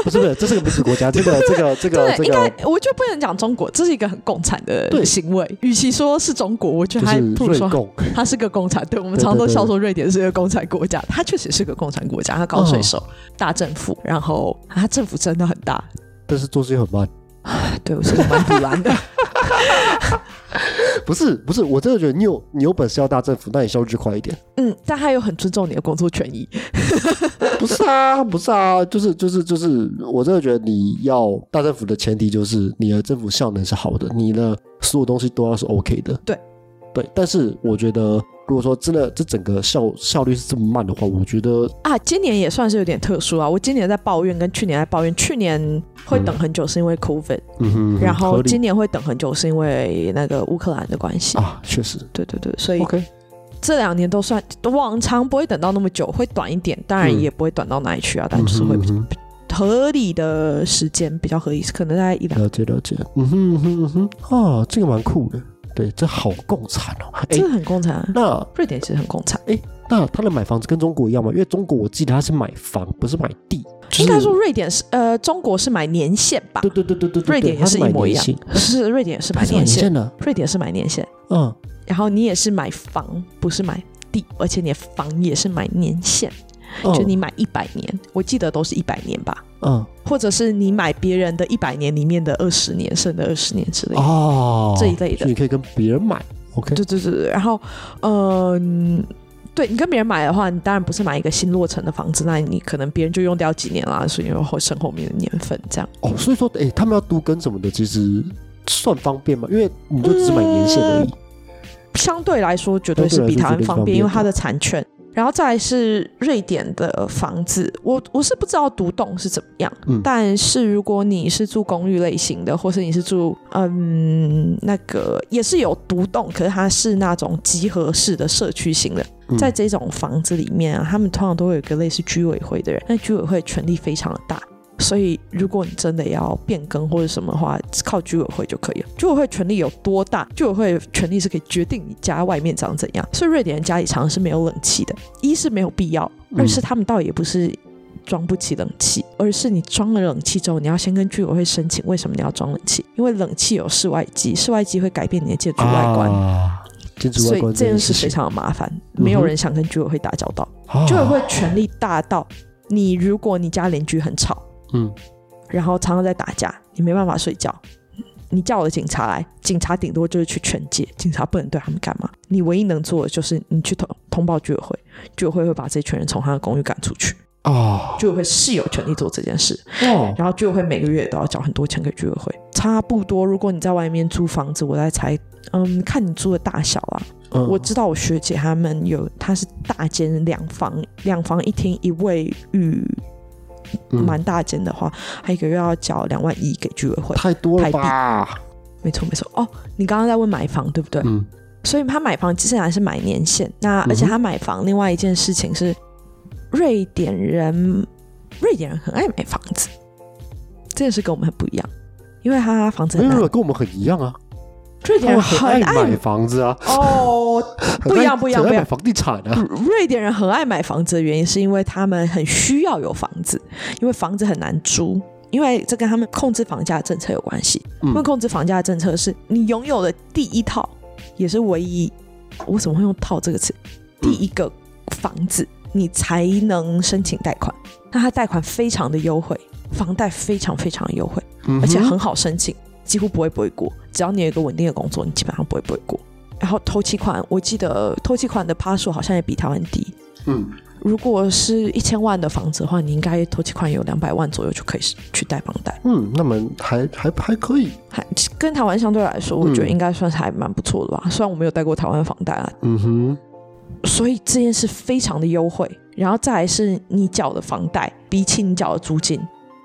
Speaker 2: 不是不是，这是个民主国家，这个这个这个
Speaker 1: 对，
Speaker 2: 这
Speaker 1: 应该
Speaker 2: 个
Speaker 1: 我觉得不能讲中国，这是一个很共产的
Speaker 2: 对
Speaker 1: 行为。与其说是中国，我觉得还不
Speaker 2: 就
Speaker 1: 如
Speaker 2: 是
Speaker 1: 说
Speaker 2: 瑞共，
Speaker 1: 它是个共产，对我们
Speaker 2: 对
Speaker 1: 常常都
Speaker 2: 对对
Speaker 1: 笑说瑞典是一个共产国家，它确实是个共产国家，它高税收、大政府，然后它政府真的很大，
Speaker 2: 但是做事又 很慢。
Speaker 1: 对我是 蛮不然的。
Speaker 2: 不是不是，我真的觉得你有你有本事要大政府，那你效率就快一点。
Speaker 1: 嗯，但它又很尊重你的工作权益，
Speaker 2: 不是啊，不是啊，就是就是就是，我真的觉得你要大政府的前提就是你的政府效能是好的，你的所有东西都要是 OK 的。
Speaker 1: 对，
Speaker 2: 对，但是我觉得，如果说真的这整个效效率是这么慢的话，我觉得
Speaker 1: 啊，今年也算是有点特殊啊。我今年在抱怨，跟去年在抱怨，去年会等很久是因为 COVID，、
Speaker 2: 嗯哼，
Speaker 1: 然
Speaker 2: 合
Speaker 1: 后
Speaker 2: 理
Speaker 1: 今年会等很久是因为那个乌克兰的关系。
Speaker 2: 啊，确实
Speaker 1: 对对对，所以
Speaker 2: OK，
Speaker 1: 这两年都算往常不会等到那么久，会短一点，当然
Speaker 2: 嗯
Speaker 1: 也不会短到哪里去啊，但就是会比
Speaker 2: 嗯哼
Speaker 1: 合理的时间比较合理，可能大概一两。
Speaker 2: 了解了解，嗯哼嗯哼嗯哼，啊，这个蛮酷的，对，这好共产哦，哎、
Speaker 1: 真的很共产、啊。
Speaker 2: 那
Speaker 1: 瑞典其实很啊共产，
Speaker 2: 那他的买房子跟中国一样吗？因为中国我记得他是买房，不是买地，就是、
Speaker 1: 应该说瑞典是呃，中国是买年限吧
Speaker 2: 对？对对对对，对
Speaker 1: 瑞典也
Speaker 2: 对他是
Speaker 1: 是
Speaker 2: 买
Speaker 1: 一模一
Speaker 2: 年
Speaker 1: 样
Speaker 2: 薪，
Speaker 1: 是瑞典也是
Speaker 2: 他
Speaker 1: 买
Speaker 2: 是买
Speaker 1: 年
Speaker 2: 年
Speaker 1: 限，
Speaker 2: 限的，
Speaker 1: 瑞典是买年限，
Speaker 2: 嗯，
Speaker 1: 然后你也是买房，不是买地，而且你的房也是买年限，
Speaker 2: 嗯
Speaker 1: 就你买一百年，我记得都是一百年吧，
Speaker 2: 嗯
Speaker 1: 或者是你买别人的一百年里面的二十年，剩的二十年之类的。
Speaker 2: 哦
Speaker 1: 这一类的
Speaker 2: 所以你可以跟别人买，OK，
Speaker 1: 对对对对，然后，嗯、对你跟别人买的话，你当然不是买一个新落成的房子，那你可能别人就用掉几年啦，所以你会剩后面的年份这样。
Speaker 2: 哦，所以说，哎，他们要都跟什么的，其实算方便嘛，因为你就只买年限而已，
Speaker 1: 相对来说，绝对是比台湾方便，因为它的产权。然后再来是瑞典的房子，我我是不知道独栋是怎么样，
Speaker 2: 嗯
Speaker 1: 但是如果你是住公寓类型的，或是你是住嗯那个也是有独栋，可是它是那种集合式的社区型的，
Speaker 2: 嗯
Speaker 1: 在这种房子里面啊，他们通常都会有一个类似居委会的人，那居委会权力非常的大，所以如果你真的要变更或者什么的话，靠居委会就可以了。居委会权力有多大？居委会权力是可以决定你家外面长怎样。所以瑞典人家里常常是没有冷气的，一是没有必要，
Speaker 2: 嗯
Speaker 1: 二是他们倒也不是。装不起冷气，而是你装了冷气之后，你要先跟居委会申请为什么你要装冷气，因为冷气有室外机，室外机会改变你的建筑外观，
Speaker 2: 啊，建筑
Speaker 1: 所
Speaker 2: 外
Speaker 1: 以
Speaker 2: 观
Speaker 1: 这件
Speaker 2: 件
Speaker 1: 事嗯
Speaker 2: 事
Speaker 1: 非常麻烦，没有人想跟居委会打交道。
Speaker 2: 常
Speaker 1: 居委会权力大到，你如果你家邻居很吵，
Speaker 2: 嗯，
Speaker 1: 然后常常在打架，你没办法睡觉，你叫了警察来，警察顶多就是去劝诫，警察不能对他们干嘛。你唯一能做的就是你去通通报居委会，居委会会把这群人从他的公寓赶出去。
Speaker 2: 啊，
Speaker 1: 居委会是有权利做这件事，
Speaker 2: 哦，
Speaker 1: 然后居委会每个月都要缴很多钱给居委会，差不多。如果你在外面租房子，我在猜，嗯，看你租的大小啊啦，
Speaker 2: 嗯
Speaker 1: 我知道我学姐她们有，她是大间两房，两房一厅一卫浴，
Speaker 2: 嗯
Speaker 1: 蛮大间的话，她一个月要缴两万一给居委会。
Speaker 2: 嗯太多了
Speaker 1: 台币
Speaker 2: 吧，
Speaker 1: 没错没错，哦，你刚刚在问买房对不对？
Speaker 2: 嗯，
Speaker 1: 所以他买房其实还是买年限。那而且他买房，另外一件事情是，瑞典人，瑞典人很爱买房子，这件事跟我们很不一样，因为他房子
Speaker 2: 没
Speaker 1: 很
Speaker 2: 有
Speaker 1: 难
Speaker 2: 没有，跟我们很一样啊，
Speaker 1: 瑞
Speaker 2: 他
Speaker 1: 典人
Speaker 2: 们很
Speaker 1: 很爱
Speaker 2: 买房子啊，
Speaker 1: 哦，
Speaker 2: 很
Speaker 1: 不一样
Speaker 2: 爱
Speaker 1: 不一样
Speaker 2: 很
Speaker 1: 不一样
Speaker 2: 爱
Speaker 1: 嗯
Speaker 2: 买房地产啊，
Speaker 1: 瑞典人很爱买房子的原因，是因为他们很需要有房子，因为房子很难租，因为这跟他们控制房价的政策有关系。
Speaker 2: 嗯
Speaker 1: 因为控制房价的政策是你拥有的第一套，也是唯一，我怎么会用“套”这个词？第一个房子，你才能申请贷款。那它贷款非常的优惠，房贷非常非常的优惠，
Speaker 2: 嗯哼
Speaker 1: 而且很好申请，几乎不会不会过。只要你有一个稳定的工作，你基本上不会不会过。然后头期款，我记得头期款的趴数好像也比台湾低。
Speaker 2: 嗯，
Speaker 1: 如果是一千万的房子的话，你应该头期款有两百万左右就可以去贷房贷，
Speaker 2: 嗯，那么还还还可以，
Speaker 1: 还跟台湾相对来说，我觉得
Speaker 2: 嗯
Speaker 1: 应该算是还蛮不错的吧。虽然我没有贷过台湾房贷啊，
Speaker 2: 嗯哼，
Speaker 1: 所以这件事非常的优惠。然后再来是你缴的房贷，比起你缴的租金，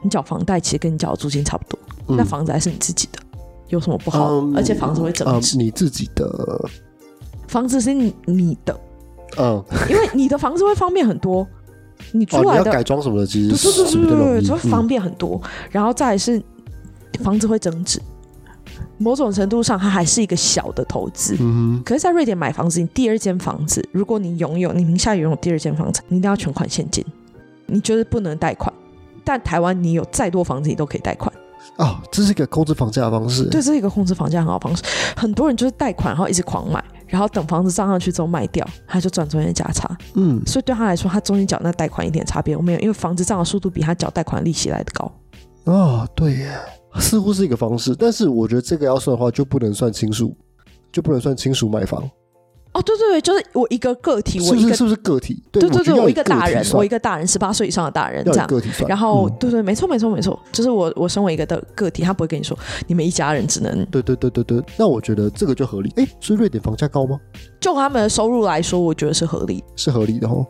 Speaker 1: 你缴房贷其实跟你缴的租金差不多，
Speaker 2: 嗯
Speaker 1: 那房子还是你自己的，有什么不好？
Speaker 2: 嗯
Speaker 1: 而且房子会增
Speaker 2: 呃
Speaker 1: 值，
Speaker 2: 你自己的，
Speaker 1: 房子是你你的，
Speaker 2: 嗯，
Speaker 1: 因为你的房子会方便很多，你
Speaker 2: 哦，
Speaker 1: 租
Speaker 2: 你
Speaker 1: 来
Speaker 2: 要
Speaker 1: 的
Speaker 2: 改装什么的，其
Speaker 1: 对
Speaker 2: 实
Speaker 1: 对
Speaker 2: 是
Speaker 1: 对
Speaker 2: 比较
Speaker 1: 对
Speaker 2: 容
Speaker 1: 对，
Speaker 2: 易，
Speaker 1: 就
Speaker 2: 嗯
Speaker 1: 方便很多。然后再来是房子会增值，某种程度上它还是一个小的投资。
Speaker 2: 嗯
Speaker 1: 可是，在瑞典买房子，你第二间房子，如果你拥有你名下拥有第二间房子，你一定要全款现金，你就是不能贷款。但台湾你有再多房子，你都可以贷款，
Speaker 2: 哼，哦，这是一个控制房价的方式，
Speaker 1: 对，这是一个控制房价很好的方式。很多人就是贷款，然后一直狂买，然后等房子涨上去之后卖掉，他就赚中间的价差。
Speaker 2: 嗯，
Speaker 1: 所以对他来说，他中间缴那贷款一点差别都没有，因为房子涨的速度比他缴贷款的利息来的高。
Speaker 2: 啊，对耶，似乎是一个方式，但是我觉得这个要算的话，就不能算亲属，就不能算亲属买房，
Speaker 1: 哦，对对对，就是我一个个体，
Speaker 2: 是
Speaker 1: 我
Speaker 2: 不
Speaker 1: 一个
Speaker 2: 是是不是个体？对
Speaker 1: 对
Speaker 2: 我
Speaker 1: 对
Speaker 2: 觉
Speaker 1: 对，
Speaker 2: 得要
Speaker 1: 我
Speaker 2: 以
Speaker 1: 一个大
Speaker 2: 体
Speaker 1: 人，
Speaker 2: 算
Speaker 1: 我一个大人，十八岁以上的大人这
Speaker 2: 要以
Speaker 1: 样。
Speaker 2: 个体算，
Speaker 1: 然后，
Speaker 2: 嗯
Speaker 1: 对对，没错没错没错，就是我我身为一个的个体，他不会跟你说你们一家人只能
Speaker 2: 对对对对对，那我觉得这个就合理。哎，所以瑞典房价高吗？
Speaker 1: 就他们的收入来说，我觉得是合理的。
Speaker 2: 是合理的哦。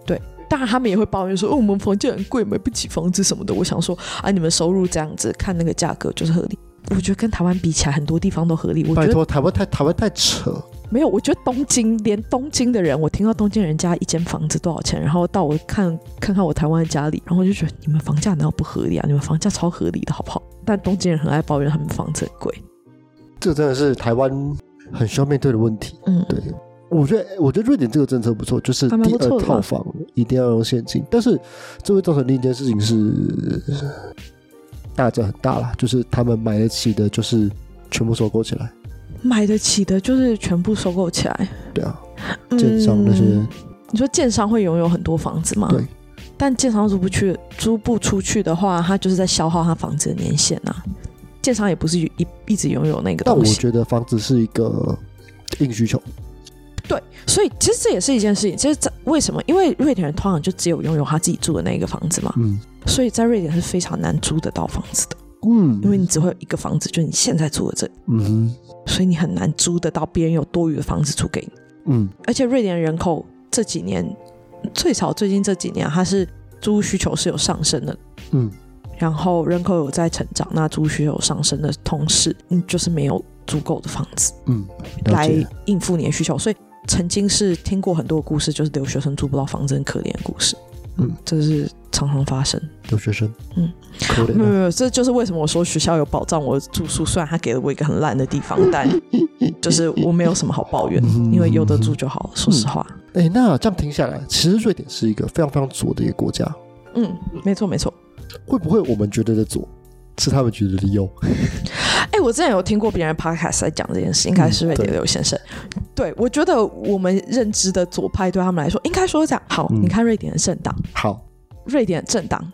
Speaker 1: 当然，他们也会抱怨说，哦，我们房价很贵，买不起房子什么的。我想说，啊，你们收入这样子，看那个价格就是合理。我觉得跟台湾比起来，很多地方都合理。我
Speaker 2: 拜
Speaker 1: 觉得
Speaker 2: 托，台湾太台湾太扯，
Speaker 1: 没有，我觉得东京连东京的人，我听到东京人家一间房子多少钱，然后到我看看看我台湾的家里，然后我就觉得你们房价难道不合理啊？你们房价超合理的好不好？但东京人很爱抱怨他们房子很贵，
Speaker 2: 这真的是台湾很需要面对的问题。
Speaker 1: 嗯，
Speaker 2: 对，我觉得我觉得瑞典这个政策不错，就是
Speaker 1: 还蛮
Speaker 2: 第
Speaker 1: 不
Speaker 2: 二
Speaker 1: 错的
Speaker 2: 套房一定要用现金，但是这会造成另一件事情是大家很大啦，就是他们买得起的，就是全部收购起来。
Speaker 1: 买得起的就是全部收购起来，
Speaker 2: 对啊，建商那些、
Speaker 1: 嗯你说建商会拥有很多房子吗？
Speaker 2: 对。
Speaker 1: 但建商租不去，租不出去的话，他就是在消耗他房子的年限啊。建商也不是一一直拥有那个
Speaker 2: 但
Speaker 1: 东
Speaker 2: 我
Speaker 1: 西，啊
Speaker 2: 觉得房子是一个硬需求。
Speaker 1: 对，所以其实这也是一件事情。其实在为什么？因为瑞典人通常就只有拥有他自己住的那一个房子嘛，
Speaker 2: 嗯
Speaker 1: 所以在瑞典是非常难租得到房子的，
Speaker 2: 嗯，
Speaker 1: 因为你只会有一个房子，就是你现在住的这，
Speaker 2: 嗯哼
Speaker 1: 所以你很难租得到别人有多余的房子租给你。
Speaker 2: 嗯
Speaker 1: 而且瑞典人口这几年，最少最近这几年，它是租屋需求是有上升的，
Speaker 2: 嗯
Speaker 1: 然后人口有在成长，那租屋需求上升的同时，你就是没有足够的房子。
Speaker 2: 嗯，了
Speaker 1: 来
Speaker 2: 解。
Speaker 1: 应付你的需求。所以曾经是听过很多故事，就是留学生租不到房子很可怜的故事。
Speaker 2: 嗯，
Speaker 1: 这是常常发生。
Speaker 2: 留学生，
Speaker 1: 嗯，
Speaker 2: 可怜
Speaker 1: 没有
Speaker 2: 啊。
Speaker 1: 没有，这就是为什么我说学校有保障我的住宿，虽然他给了我一个很烂的地 方，但就是我没有什么好抱怨，
Speaker 2: 嗯
Speaker 1: 因为有得住就好了。说实话，
Speaker 2: 哎，那这样听下来，其实瑞典是一个非常非常左的一个国家。
Speaker 1: 嗯，没错没错。
Speaker 2: 会不会我们觉得的左，是他们觉得的右？
Speaker 1: 哎、我之前有听过别人 podcast 在讲这件事，应该是瑞典
Speaker 2: 嗯对
Speaker 1: 刘先生。对，我觉得我们认知的左派对他们来说，应该说这样。好，
Speaker 2: 嗯
Speaker 1: 你看瑞典的政党，
Speaker 2: 好，
Speaker 1: 瑞典政党，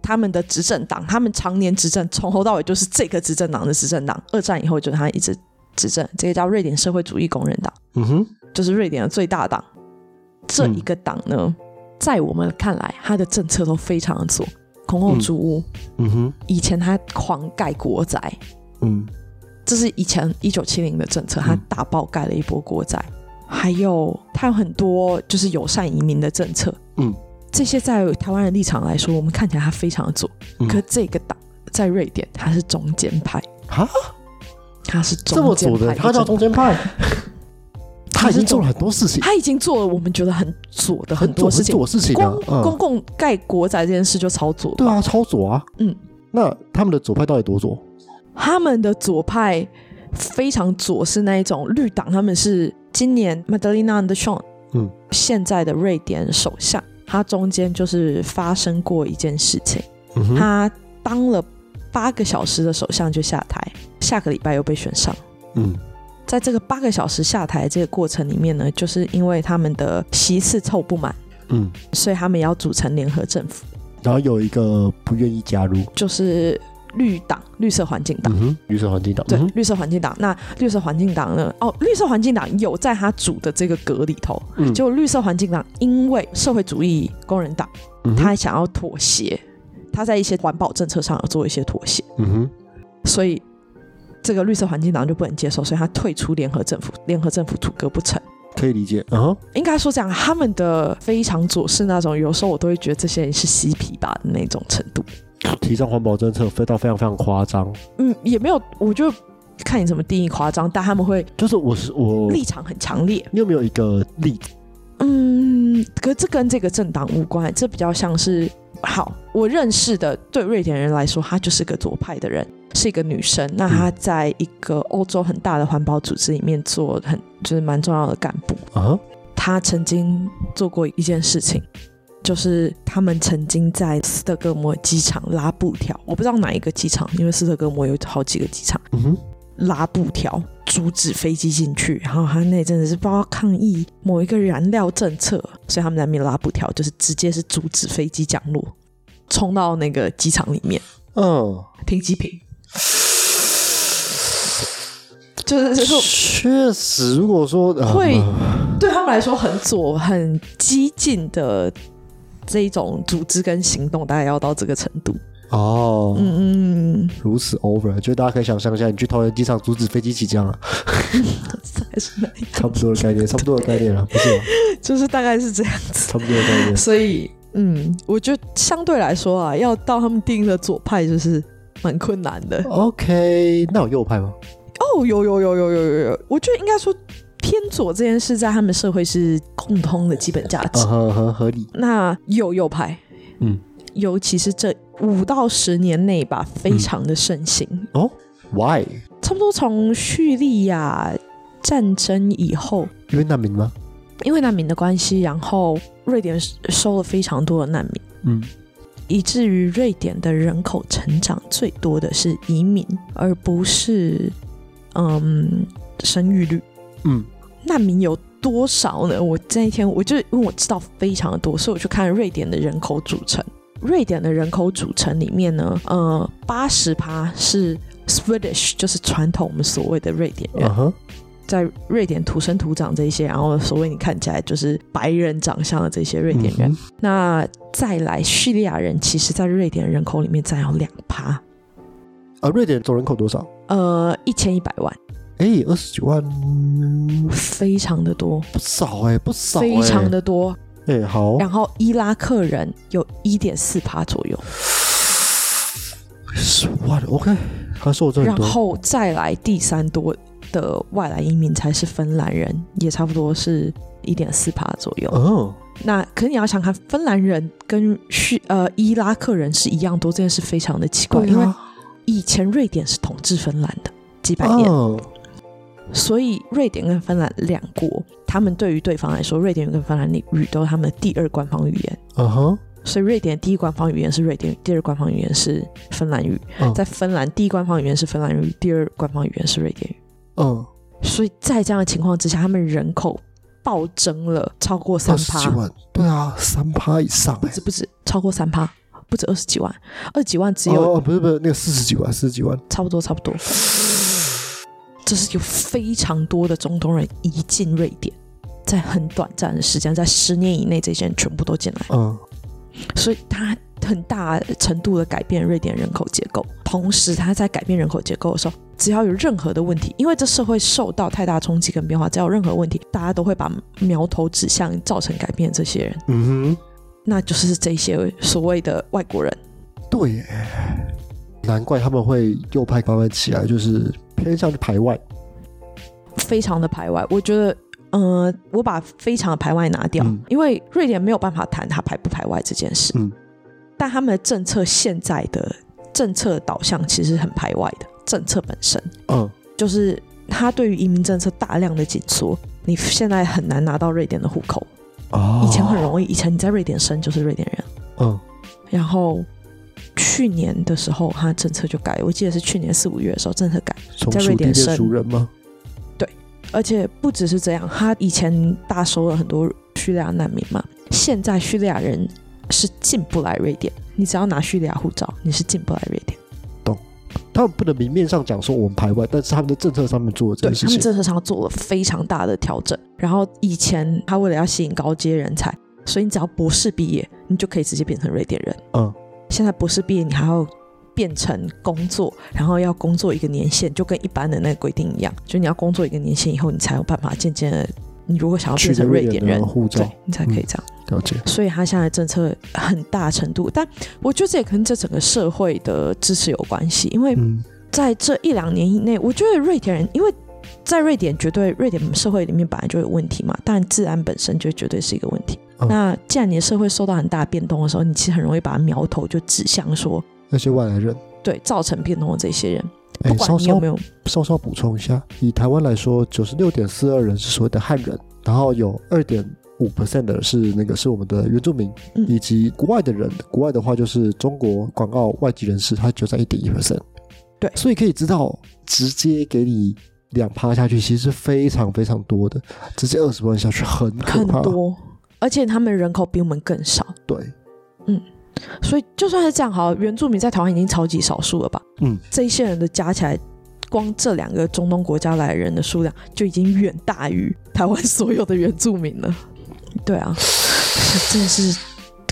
Speaker 1: 他们的执政党，他们常年执政，从头到尾就是这个执政党的执政党。二战以后就是他一直执政，这个叫瑞典社会主义工人党，
Speaker 2: 嗯哼，
Speaker 1: 就是瑞典的最大党。这一个党呢，在我们看来，他的政策都非常的左，公共租屋，
Speaker 2: 嗯哼，
Speaker 1: 以前他狂盖国宅，
Speaker 2: 嗯
Speaker 1: 这是以前一九七零的政策，他
Speaker 2: 嗯
Speaker 1: 大爆盖了一波国宅，还有他有很多就是友善移民的政策，
Speaker 2: 嗯
Speaker 1: 这些在台湾人立场来说，我们看起来他非常的左，
Speaker 2: 嗯
Speaker 1: 可这个党在瑞典他是中间派
Speaker 2: 啊，
Speaker 1: 他是
Speaker 2: 这么
Speaker 1: 中间
Speaker 2: 左的，
Speaker 1: 派，
Speaker 2: 他叫中间派， 他已经做了很多事情，
Speaker 1: 他已经做了我们觉得很左的
Speaker 2: 很
Speaker 1: 多
Speaker 2: 左
Speaker 1: 事
Speaker 2: 很
Speaker 1: 情，
Speaker 2: 左事情啊
Speaker 1: 光，公
Speaker 2: 嗯，
Speaker 1: 共盖国宅这件事就超左
Speaker 2: 对
Speaker 1: 吧？
Speaker 2: 啊，超左啊，
Speaker 1: 嗯，
Speaker 2: 那他们的左派到底多左？
Speaker 1: 他们的左派非常左，是那一种绿党，他们是今年 Madalena d e s h o n
Speaker 2: 嗯，
Speaker 1: 现在的瑞典首相，他中间就是发生过一件事情，
Speaker 2: 嗯哼，
Speaker 1: 他当了八个小时的首相就下台，下个礼拜又被选上。
Speaker 2: 嗯
Speaker 1: 在这个八个小时下台这个过程里面呢，就是因为他们的席次凑不满，
Speaker 2: 嗯，
Speaker 1: 所以他们要组成联合政府，
Speaker 2: 然后有一个不愿意加入，
Speaker 1: 就是绿党、绿色环境党。
Speaker 2: 嗯哼，绿色环境党，
Speaker 1: 对
Speaker 2: 嗯哼，
Speaker 1: 绿色环境党，那绿色环境党呢？哦，绿色环境党有在他组的这个格里头，
Speaker 2: 嗯
Speaker 1: 就绿色环境党因为社会主义工人党，
Speaker 2: 嗯哼
Speaker 1: 他想要妥协，他在一些环保政策上有做一些妥协，
Speaker 2: 嗯哼，
Speaker 1: 所以这个绿色环境党就不能接受，所以他退出联合政府，联合政府阻隔不成。
Speaker 2: 可以理解，嗯哼，
Speaker 1: 应该说这样，他们的非常左是那种，有时候我都会觉得这些人是嬉皮吧的那种程度。
Speaker 2: 提倡环保政策非到非常非常夸张，
Speaker 1: 嗯，也没有，我就看你怎么定义夸张，但他们会
Speaker 2: 就是我是我，
Speaker 1: 立场很强烈。
Speaker 2: 你有没有一个例子？
Speaker 1: 嗯，可这跟这个政党无关，这比较像是好，我认识的对瑞典人来说，她就是个左派的人，是一个女生。那她在一个欧洲很大的环保组织里面做很就是蛮重要的干部。
Speaker 2: 啊？
Speaker 1: 她曾经做过一件事情，就是他们曾经在斯德哥尔摩机场拉布条，我不知道哪一个机场，因为斯德哥尔摩有好几个机场。
Speaker 2: 嗯哼，
Speaker 1: 拉布条阻止飞机进去，然后他那阵子是不知道抗议某一个燃料政策，所以他们在那边拉布条，就是直接是阻止飞机降落，冲到那个机场里面
Speaker 2: 嗯，
Speaker 1: 停机坪，就是就是
Speaker 2: 确实，如果说呃
Speaker 1: 会
Speaker 2: 呃
Speaker 1: 对他们来说很左、很激进的这一种组织跟行动，大概要到这个程度。
Speaker 2: 哦，
Speaker 1: 嗯嗯，嗯
Speaker 2: 如此 over，就大家可以想象一下，你去桃园机场阻止飞机起降啊，
Speaker 1: 还是那
Speaker 2: 差不多的概念，差不多的概念啊，不 是吗？
Speaker 1: 就是大概是这样子。
Speaker 2: 差不多的概念。
Speaker 1: 所以，嗯，我觉得相对来说啊，要到他们定义的左派就是蛮困难的。
Speaker 2: OK，那有右派 吗？
Speaker 1: 哦，有有有有有有有，我觉得应该说偏左这件事在他们社会是共通的基本价值。
Speaker 2: 啊，很很合理。
Speaker 1: 那右右派，
Speaker 2: 嗯，
Speaker 1: 尤其是这五到十年内吧，非常的盛行，
Speaker 2: 哦，Why？
Speaker 1: 差不多从叙利亚战争以后。
Speaker 2: 因为难民吗？
Speaker 1: 因为难民的关系，然后瑞典收了非常多的难民。
Speaker 2: 嗯，
Speaker 1: 以至于瑞典的人口成长最多的是移民，而不是嗯生育率。
Speaker 2: 嗯，
Speaker 1: 难民有多少呢？我那一天我就因为我知道非常的多，所以我去看瑞典的人口组成。瑞典的人口组成里面呢，呃，八十趴是 Swedish，就是传统我们所谓的瑞典人
Speaker 2: 啊，哈，
Speaker 1: 在瑞典土生土长这一些，然后所谓你看起来就是白人长相的这些瑞典人。
Speaker 2: 嗯哼
Speaker 1: 那再来，叙利亚人其实在瑞典人口里面占有两趴，
Speaker 2: 啊，瑞典总人口多少？
Speaker 1: 呃，一千一百万，
Speaker 2: 哎，二十九万，
Speaker 1: 非常的多，
Speaker 2: 不少哎，不少哎，
Speaker 1: 非常的多。
Speaker 2: 哎，好，
Speaker 1: 然后伊拉克人有一点四趴左右，
Speaker 2: 十五万，OK，他说我这很
Speaker 1: 然
Speaker 2: 多，
Speaker 1: 后再来第三多的外来移民才是芬兰人，也差不多是一点四趴左右。
Speaker 2: 嗯，
Speaker 1: 那可是你要想看，芬兰人跟叙呃伊拉克人是一样多，这件事非常的奇怪，
Speaker 2: 对
Speaker 1: 因为
Speaker 2: 啊，
Speaker 1: 以前瑞典是统治芬兰的几百年。
Speaker 2: 嗯，
Speaker 1: 所以瑞典跟芬兰两国，他们对于对方来说，瑞典语跟芬兰语都是他们的第二官方语言。
Speaker 2: 啊哈，
Speaker 1: 所以瑞典第一官方语言是瑞典语，第二官方语言是芬兰语。
Speaker 2: 嗯
Speaker 1: 在芬兰，第一官方语言是芬兰语，第二官方语言是瑞典语。
Speaker 2: 嗯，
Speaker 1: 所以在这样的情况之下，他们人口暴增了超过三
Speaker 2: 二十几
Speaker 1: 趴，嗯
Speaker 2: 万，对啊，三趴以上
Speaker 1: 不
Speaker 2: 哎。
Speaker 1: 止不止超过三趴，不止二十几万，二十几万只有
Speaker 2: 哦，哦不是不是，那个四十几万，四十几万，
Speaker 1: 差不多差不多。这是有非常多的中东人移进瑞典，在很短暂的时间，在十年以内，这些人全部都进来，
Speaker 2: 嗯
Speaker 1: 所以它很大程度的改变瑞典人口结构。同时，它在改变人口结构的时候，只要有任何的问题，因为这社会受到太大冲击跟变化，只要有任何问题，大家都会把苗头指向造成改变的这些人，
Speaker 2: 嗯
Speaker 1: 那就是这些所谓的外国人。
Speaker 2: 哼，对耶，难怪他们会右派慢慢起来，就是偏向去排外，
Speaker 1: 非常的排外。我觉得呃，我把非常的排外拿掉，
Speaker 2: 嗯
Speaker 1: 因为瑞典没有办法谈他排不排外这件事。
Speaker 2: 嗯，
Speaker 1: 但他们的政策现在的政策导向其实很排外的，政策本身
Speaker 2: 嗯
Speaker 1: 就是他对于移民政策大量的紧缩，你现在很难拿到瑞典的户口，
Speaker 2: 哦，
Speaker 1: 以前很容易，以前你在瑞典生就是瑞典人。
Speaker 2: 嗯
Speaker 1: 然后去年的时候，他的政策就改，我记得是去年四五月的时候政策改，
Speaker 2: 从
Speaker 1: 在瑞
Speaker 2: 属地
Speaker 1: 典
Speaker 2: 变
Speaker 1: 生
Speaker 2: 属人吗？
Speaker 1: 而且不只是这样，他以前大收了很多叙利亚难民嘛，现在叙利亚人是进不来瑞典，你只要拿叙利亚护照，你是进不来瑞典。
Speaker 2: 他们不能明面上讲说我们排外，但是他们的政策上面做了这
Speaker 1: 对
Speaker 2: 件事
Speaker 1: 他们
Speaker 2: 情。
Speaker 1: 政策上做了非常大的调整，然后以前他为了要吸引高阶人才，所以你只要博士毕业，你就可以直接变成瑞典人。
Speaker 2: 嗯，
Speaker 1: 现在博士毕业你还要变成工作，然后要工作一个年限，就跟一般的那个规定一样，就你要工作一个年限以后，你才有办法渐渐的，你如果想要
Speaker 2: 取
Speaker 1: 变
Speaker 2: 得
Speaker 1: 成
Speaker 2: 瑞
Speaker 1: 瑞
Speaker 2: 典
Speaker 1: 典
Speaker 2: 的
Speaker 1: 人，
Speaker 2: 护照
Speaker 1: 对，你才可以这样。
Speaker 2: 了解，
Speaker 1: 所以他现在政策很大程度，但我觉得这也跟这整个社会的支持有关系，因为
Speaker 2: 嗯
Speaker 1: 在这一两年以内，我觉得瑞典人，因为在瑞典绝对瑞典社会里面本来就有问题嘛，但治安本身就绝对是一个问题。
Speaker 2: 嗯
Speaker 1: 那既然你的社会受到很大变动的时候，你其实很容易把苗头就指向说，
Speaker 2: 那些外来人，
Speaker 1: 对造成变动的这些人，
Speaker 2: 哎
Speaker 1: 不，管
Speaker 2: 稍
Speaker 1: 你有
Speaker 2: 稍
Speaker 1: 没有，
Speaker 2: 稍稍补充一下，以台湾来说，九十六点四二人是所谓的汉人，然后有二点五 percent 的是那个是我们的原住民，
Speaker 1: 嗯
Speaker 2: 以及国外的人。国外的话就是中国、港澳外籍人士，他就占一点一 percent。
Speaker 1: 对
Speaker 2: 所以可以知道，直接给你两趴下去，其实非常非常多的，直接二十万下去很可
Speaker 1: 很
Speaker 2: 怕。
Speaker 1: 多，而且他们人口比我们更少，
Speaker 2: 对，
Speaker 1: 所以就算是这样好了，原住民在台湾已经超级少数了吧？
Speaker 2: 嗯，
Speaker 1: 这一些人的加起来，光这两个中东国家来的人的数量就已经远大于台湾所有的原住民了。对啊，这是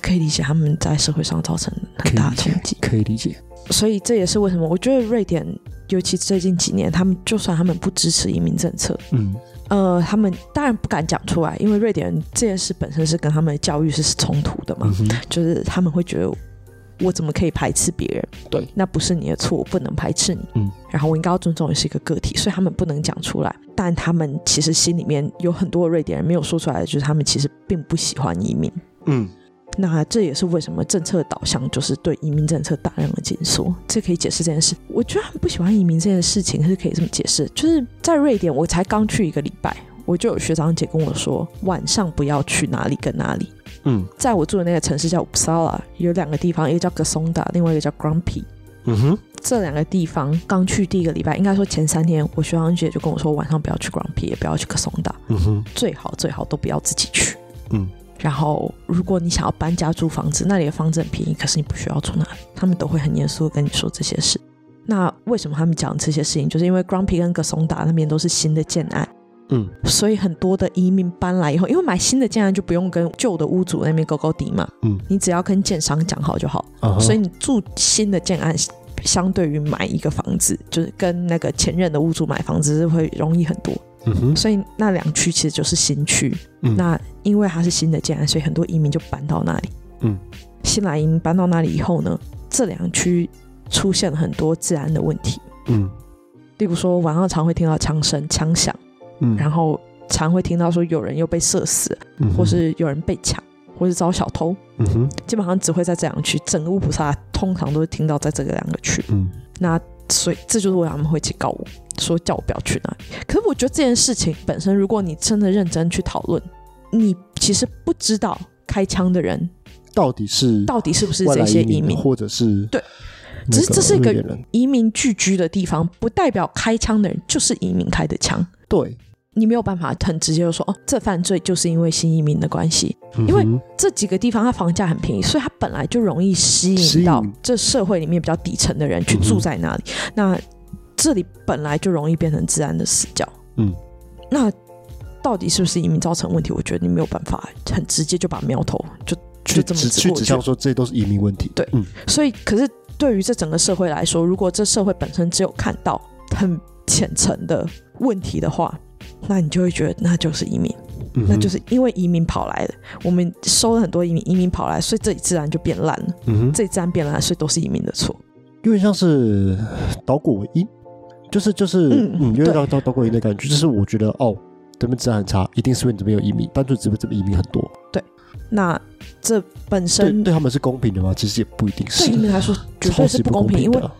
Speaker 1: 可以理解他们在社会上造成
Speaker 2: 可
Speaker 1: 很
Speaker 2: 以
Speaker 1: 大
Speaker 2: 理
Speaker 1: 的冲
Speaker 2: 解
Speaker 1: 击，，
Speaker 2: 可以理解。
Speaker 1: 所以这也是为什么我觉得瑞典，尤其最近几年，他们就算他们不支持移民政策，
Speaker 2: 嗯，
Speaker 1: 呃，他们当然不敢讲出来，因为瑞典人这件事本身是跟他们的教育是冲突的嘛。
Speaker 2: 嗯哼，
Speaker 1: 就是他们会觉得我怎么可以排斥别人？
Speaker 2: 对，
Speaker 1: 那不是你的错，我不能排斥你。
Speaker 2: 嗯，
Speaker 1: 然后我应该要尊重你是一个个体，所以他们不能讲出来，但他们其实心里面有很多瑞典人没有说出来的，就是他们其实并不喜欢移民。
Speaker 2: 嗯，
Speaker 1: 那这也是为什么政策导向就是对移民政策大量的紧缩，这可以解释这件事。我觉得他们不喜欢移民这件事情是可以这么解释，就是在瑞典，我才刚去一个礼拜，我就有学长姐跟我说，晚上不要去哪里跟哪里，
Speaker 2: 嗯，
Speaker 1: 在我住的那个城市叫 Uppsala，有两个地方，一个叫 g a s o n d a 另外一个叫 Grumpy。
Speaker 2: 嗯哼，
Speaker 1: 这两个地方刚去第一个礼拜，应该说前三天，我学长姐就跟我说，晚上不要去 Grumpy，也不要去 g a s o n d a
Speaker 2: 嗯哼，
Speaker 1: 最好最好都不要自己去。
Speaker 2: 嗯。
Speaker 1: 然后，如果你想要搬家租房子，那里的房子很便宜，可是你不需要住那里，他们都会很严肃的跟你说这些事。那为什么他们讲这些事情？就是因为 Grumpy 跟 g a s o n d a 那边都是新的建案，
Speaker 2: 嗯，
Speaker 1: 所以很多的移民搬来以后，因为买新的建案就不用跟旧的屋主那边勾勾底嘛，
Speaker 2: 嗯，
Speaker 1: 你只要跟建商讲好就好。
Speaker 2: 啊哈
Speaker 1: 所以你住新的建案，相对于买一个房子，就是跟那个前任的屋主买房子是会容易很多。
Speaker 2: 嗯哼，
Speaker 1: 所以那两区其实就是新区。
Speaker 2: 嗯
Speaker 1: 那因为它是新的建案，所以很多移民就搬到那里。
Speaker 2: 嗯，
Speaker 1: 新来移民搬到那里以后呢，这两区出现了很多治安的问题，
Speaker 2: 嗯
Speaker 1: 例如说晚上常会听到枪声、枪响，
Speaker 2: 嗯，
Speaker 1: 然后常会听到说有人又被射死，
Speaker 2: 嗯哼
Speaker 1: 或是有人被抢，或是遭小偷。
Speaker 2: 嗯哼，
Speaker 1: 基本上只会在这两区，整个乌普萨拉通常都是听到在这个两个区。
Speaker 2: 嗯
Speaker 1: 那所以这就是为什么他们会去告我，说叫我不要去那里。可是我觉得这件事情本身，如果你真的认真去讨论，你其实不知道开枪的人
Speaker 2: 到底是
Speaker 1: 到底是不是
Speaker 2: 外
Speaker 1: 这
Speaker 2: 来
Speaker 1: 些
Speaker 2: 移
Speaker 1: 移民。
Speaker 2: 或者是
Speaker 1: 对
Speaker 2: 那
Speaker 1: 只是这是一
Speaker 2: 瑞
Speaker 1: 个
Speaker 2: 典人
Speaker 1: 移民聚居的地方，不代表开枪的人就是移民开的枪。
Speaker 2: 对，
Speaker 1: 你没有办法很直接的说，哦，这犯罪就是因为新移民的关系。因为
Speaker 2: 嗯哼
Speaker 1: 这几个地方它房价很便宜，所以它本来就容易吸
Speaker 2: 吸
Speaker 1: 引
Speaker 2: 引
Speaker 1: 到这社会里面比较底层的人去住在那里。那这里本来就容易变成治安的死角。
Speaker 2: 嗯，
Speaker 1: 那到底是不是移民造成问题？我觉得你没有办法很直接就把苗头就就
Speaker 2: 去
Speaker 1: 这么
Speaker 2: 指
Speaker 1: 指
Speaker 2: 去
Speaker 1: 过
Speaker 2: 指
Speaker 1: 去
Speaker 2: 向。说这都是移民问题，
Speaker 1: 对
Speaker 2: 嗯
Speaker 1: 所以，可是对于这整个社会来说，如果这社会本身只有看到很浅层的问题的话，那你就会觉得那就是移民。
Speaker 2: 嗯哼，
Speaker 1: 那就是因为移民跑来的，我们收了很多移民，移民跑来，所以这里自然就变烂了，
Speaker 2: 嗯哼，
Speaker 1: 这里自然变烂，所以都是移民的错。
Speaker 2: 有点像是呃导果为因，就是就是
Speaker 1: 嗯
Speaker 2: 嗯，有点
Speaker 1: 对
Speaker 2: 像导导果为因的感觉，就是我觉得哦，对面治安很差，一定是因为你这边有移民，单纯只是这边移民很多。
Speaker 1: 那这本
Speaker 2: 对
Speaker 1: 身
Speaker 2: 对他们是公平的吗？其实也不一定
Speaker 1: 对
Speaker 2: 是
Speaker 1: 移，民来说绝
Speaker 2: 超
Speaker 1: 对是
Speaker 2: 级
Speaker 1: 不
Speaker 2: 公
Speaker 1: 公平，因为
Speaker 2: 的。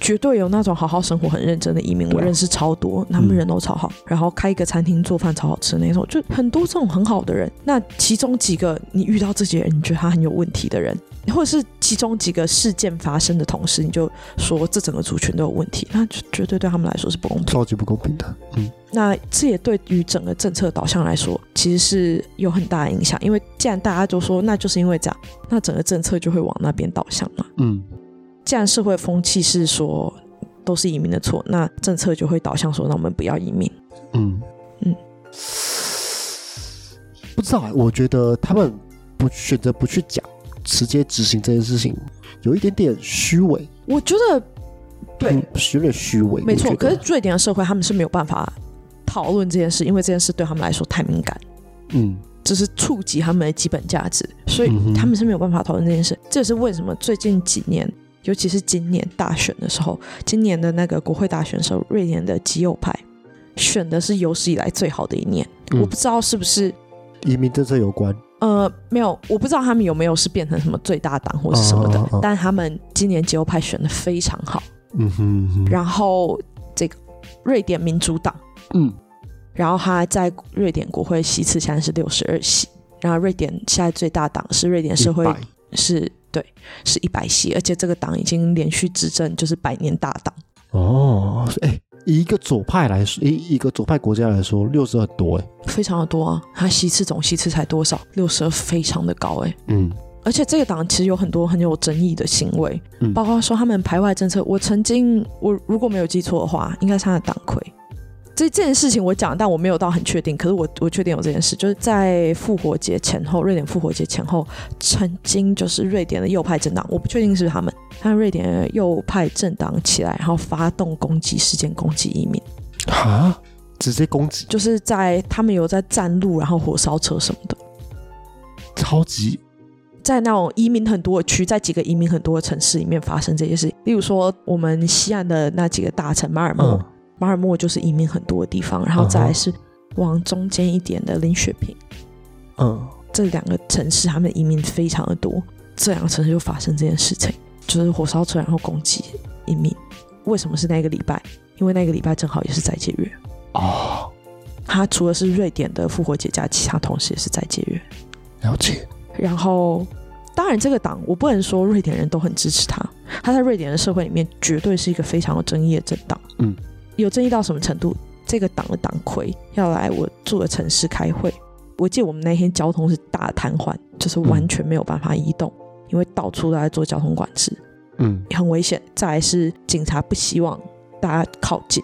Speaker 1: 绝对有那种好好生活很认真的移民，
Speaker 2: 对
Speaker 1: 我
Speaker 2: 啊
Speaker 1: 认识超多，他们人都超好，然后开一个餐厅做饭超好吃那种，就很多这种很好的人。那其中几个你遇到这些人，你觉得他很有问题的人，或者是其中几个事件发生的同时，你就说这整个族群都有问题，那就绝对对他们来说是不公平。
Speaker 2: 超级不公平的，嗯，
Speaker 1: 那这也对于整个政策导向来说，其实是有很大的影响，因为既然大家都说那就是因为这样，那整个政策就会往那边导向嘛。
Speaker 2: 嗯，
Speaker 1: 既然社会风气是说都是移民的错，那政策就会导向说，那我们不要移民。
Speaker 2: 嗯
Speaker 1: 嗯，
Speaker 2: 不知道啊，我觉得他们不选择不去讲，直接执行这件事情，有一点点虚伪，
Speaker 1: 我觉得对，
Speaker 2: 嗯，有点虚伪，
Speaker 1: 没错。
Speaker 2: 我觉
Speaker 1: 可
Speaker 2: 得
Speaker 1: 是瑞典的社会他们是没有办法讨论这件事，因为这件事对他们来说太敏感，
Speaker 2: 嗯，
Speaker 1: 这是触及他们的基本价值，所以
Speaker 2: 嗯哼
Speaker 1: 他们是没有办法讨论这件事。这也是为什么最近几年。尤其是今年大选的时候，今年的那个国会大选的时候，瑞典的极右派选的是有史以来最好的一年。
Speaker 2: 嗯
Speaker 1: 我不知道是不是
Speaker 2: 移民政策有关，
Speaker 1: 呃，没有，我不知道他们有没有是变成什么最大党或是什么的，
Speaker 2: 哦哦哦哦
Speaker 1: 但他们今年极右派选的非常好，
Speaker 2: 嗯哼嗯哼，
Speaker 1: 然后这个瑞典民主党，
Speaker 2: 嗯
Speaker 1: 然后他在瑞典国会席次现在是六十二席，然后瑞典现在最大党是瑞
Speaker 2: 嗯
Speaker 1: 典社会
Speaker 2: 100
Speaker 1: 是对是一百席，而且这个党已经连续执政就是百年大党，
Speaker 2: 哦，哎、以一个左派来说，以一个左派国家来说，六十很多哎、
Speaker 1: 非常的多啊，他席次总席次才多少六十二，非常的高哎、
Speaker 2: 嗯
Speaker 1: 而且这个党其实有很多很有争议的行为，
Speaker 2: 嗯
Speaker 1: 包括说他们排外政策。我曾经，我如果没有记错的话，应该是他的党魁。这这件事情我讲，但我没有到很确定。可是我我确定有这件事，就是在复活节前后，瑞典复活节前后，曾经就是瑞典的右派政党，我不确定是不是他们，但瑞典的右派政党起来，然后发动攻击事件，攻击移民，
Speaker 2: 啊，直接攻击，
Speaker 1: 就是在他们有在占路，然后火烧车什么的。
Speaker 2: 超级
Speaker 1: 在那种移民很多的区，在几个移民很多的城市里面发生这些事。例如说，我们西岸的那几个大城，马尔默，
Speaker 2: 嗯
Speaker 1: 马尔默就是移民很多的地方，然后
Speaker 2: 嗯哼
Speaker 1: 再来是往中间一点的林雪平，
Speaker 2: 嗯，
Speaker 1: 这两个城市他们移民非常的多，这两个城市就发生这件事情，就是火烧车然后攻击移民。为什么是那个礼拜？因为那个礼拜正好也是斋戒月，
Speaker 2: 哦，
Speaker 1: 它除了是瑞典的复活节假期，它同时也是斋戒月。
Speaker 2: 了解，
Speaker 1: 然后，当然这个党我不能说瑞典人都很支持他，他在瑞典的社会里面绝对是一个非常有争议的政党。
Speaker 2: 嗯，
Speaker 1: 有争议到什么程度？这个党的党魁要来我住的城市开会，我记得我们那天交通是大瘫痪，就是完全没有办法移动，因为到处都在做交通管制，
Speaker 2: 嗯，
Speaker 1: 很危险。再来是警察不希望大家靠近，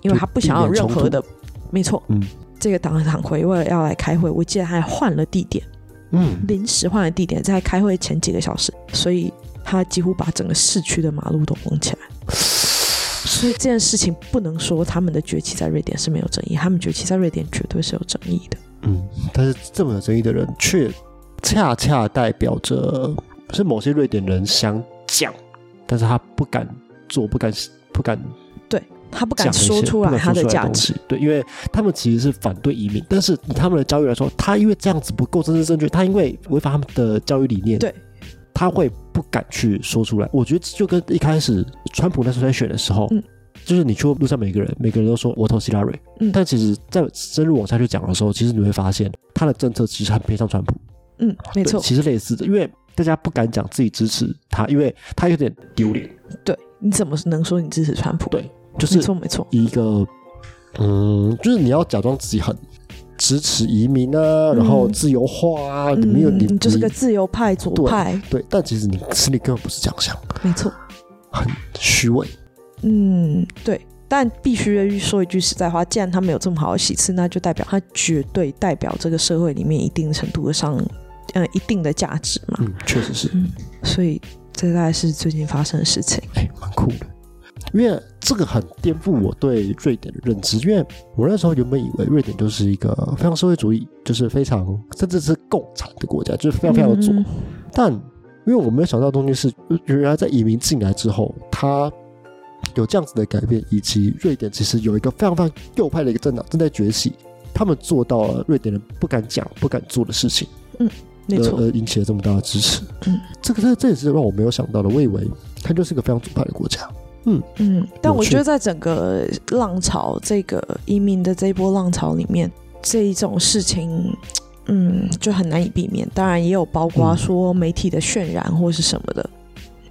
Speaker 1: 因为他不想要有任何的，没错，
Speaker 2: 嗯
Speaker 1: 这个党的党魁为了要来开会，我记得还换了地点。
Speaker 2: 嗯，
Speaker 1: 临时换了地点，在开会前几个小时，所以他几乎把整个市区的马路都封起来。所以这件事情不能说他们的崛起在瑞典是没有争议，他们崛起在瑞典绝对是有争议的。
Speaker 2: 嗯，但是这么有争议的人，却恰恰代表着是某些瑞典人想讲，但是他不敢做，不敢不敢
Speaker 1: 他不
Speaker 2: 讲
Speaker 1: 敢说出来他
Speaker 2: 的
Speaker 1: 的价
Speaker 2: 东
Speaker 1: 值，
Speaker 2: 西。对，因为他们其实是反对移民，但是以他们的教育来说，他因为这样子不够真正正确，他因为违反他们的教育理念，
Speaker 1: 对，
Speaker 2: 他会不敢去说出来。我觉得这就跟一开始川普那时候在选的时候，
Speaker 1: 嗯
Speaker 2: 就是你去路上每个人，每个人都说我投希拉蕊，
Speaker 1: 嗯
Speaker 2: 但其实在深入往下去讲的时候，其实你会发现他的政策其实很偏向川普，
Speaker 1: 嗯，没
Speaker 2: 对
Speaker 1: 错，
Speaker 2: 其实类似的，因为大家不敢讲自己支持他，因为他有点丢脸，
Speaker 1: 对，你怎么能说你支持川普？
Speaker 2: 对就
Speaker 1: 没
Speaker 2: 是
Speaker 1: 错，没错，
Speaker 2: 一个，嗯，就是你要假装自己很支持移民啊，
Speaker 1: 嗯
Speaker 2: 然后自由化啊，你没有你
Speaker 1: 嗯，就是个
Speaker 2: 你
Speaker 1: 自由派、左
Speaker 2: 对
Speaker 1: 派，
Speaker 2: 对，但其实你心里根本不是这样想，
Speaker 1: 没错。
Speaker 2: 很虚伪，
Speaker 1: 嗯，对。但必须说一句实在话，既然他没有这么好的喜次，那就代表他绝对代表这个社会里面一定程度上，呃，一定的价值嘛。
Speaker 2: 嗯，确实是。
Speaker 1: 所以这大概是最近发生的事情。
Speaker 2: 哎、蛮酷的。因为这个很颠覆我对瑞典的认知，因为我那时候原本以为瑞典就是一个非常社会主义，就是非常甚至是共产的国家，就是非常非常的左。
Speaker 1: 嗯
Speaker 2: 但因为我没有想到的东西是，原来在移民进来之后，它有这样子的改变，以及瑞典其实有一个非常非常右派的一个政党正在崛起，他们做到了瑞典人不敢讲、不敢做的事情，
Speaker 1: 没
Speaker 2: 呃
Speaker 1: 错，
Speaker 2: 呃，引起了这么大的支持。
Speaker 1: 嗯
Speaker 2: 这个这这也是让我没有想到的。我以为它就是一个非常左派的国家。
Speaker 1: 嗯，但
Speaker 2: 有
Speaker 1: 我
Speaker 2: 趣
Speaker 1: 觉得在整个浪潮，这个移民的这一波浪潮里面，这一种事情，嗯，就很难以避免。当然，也有包括
Speaker 2: 嗯
Speaker 1: 说媒体的渲染或是什么的，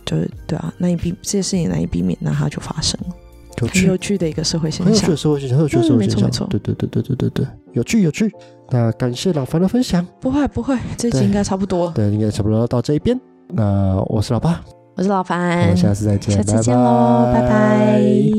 Speaker 1: 就是对啊，难以避这些事情难以避免，那它就发生了，
Speaker 2: 有
Speaker 1: 很
Speaker 2: 趣
Speaker 1: 有，趣的一个社会现
Speaker 2: 很有趣
Speaker 1: 象
Speaker 2: 的。社会现象，很有趣的社
Speaker 1: 嗯
Speaker 2: 会
Speaker 1: 没
Speaker 2: 现
Speaker 1: 错没
Speaker 2: 象。
Speaker 1: 错
Speaker 2: 对对对对对对对，有趣有趣。那感谢老樊的分享。
Speaker 1: 不会不会，这一集
Speaker 2: 对
Speaker 1: 应该差不多了。
Speaker 2: 对，应该差不多到这一边。那我是老爸，
Speaker 1: 我是老
Speaker 2: 我
Speaker 1: 樊
Speaker 2: 们，下次再见，
Speaker 1: 下次见喽，拜拜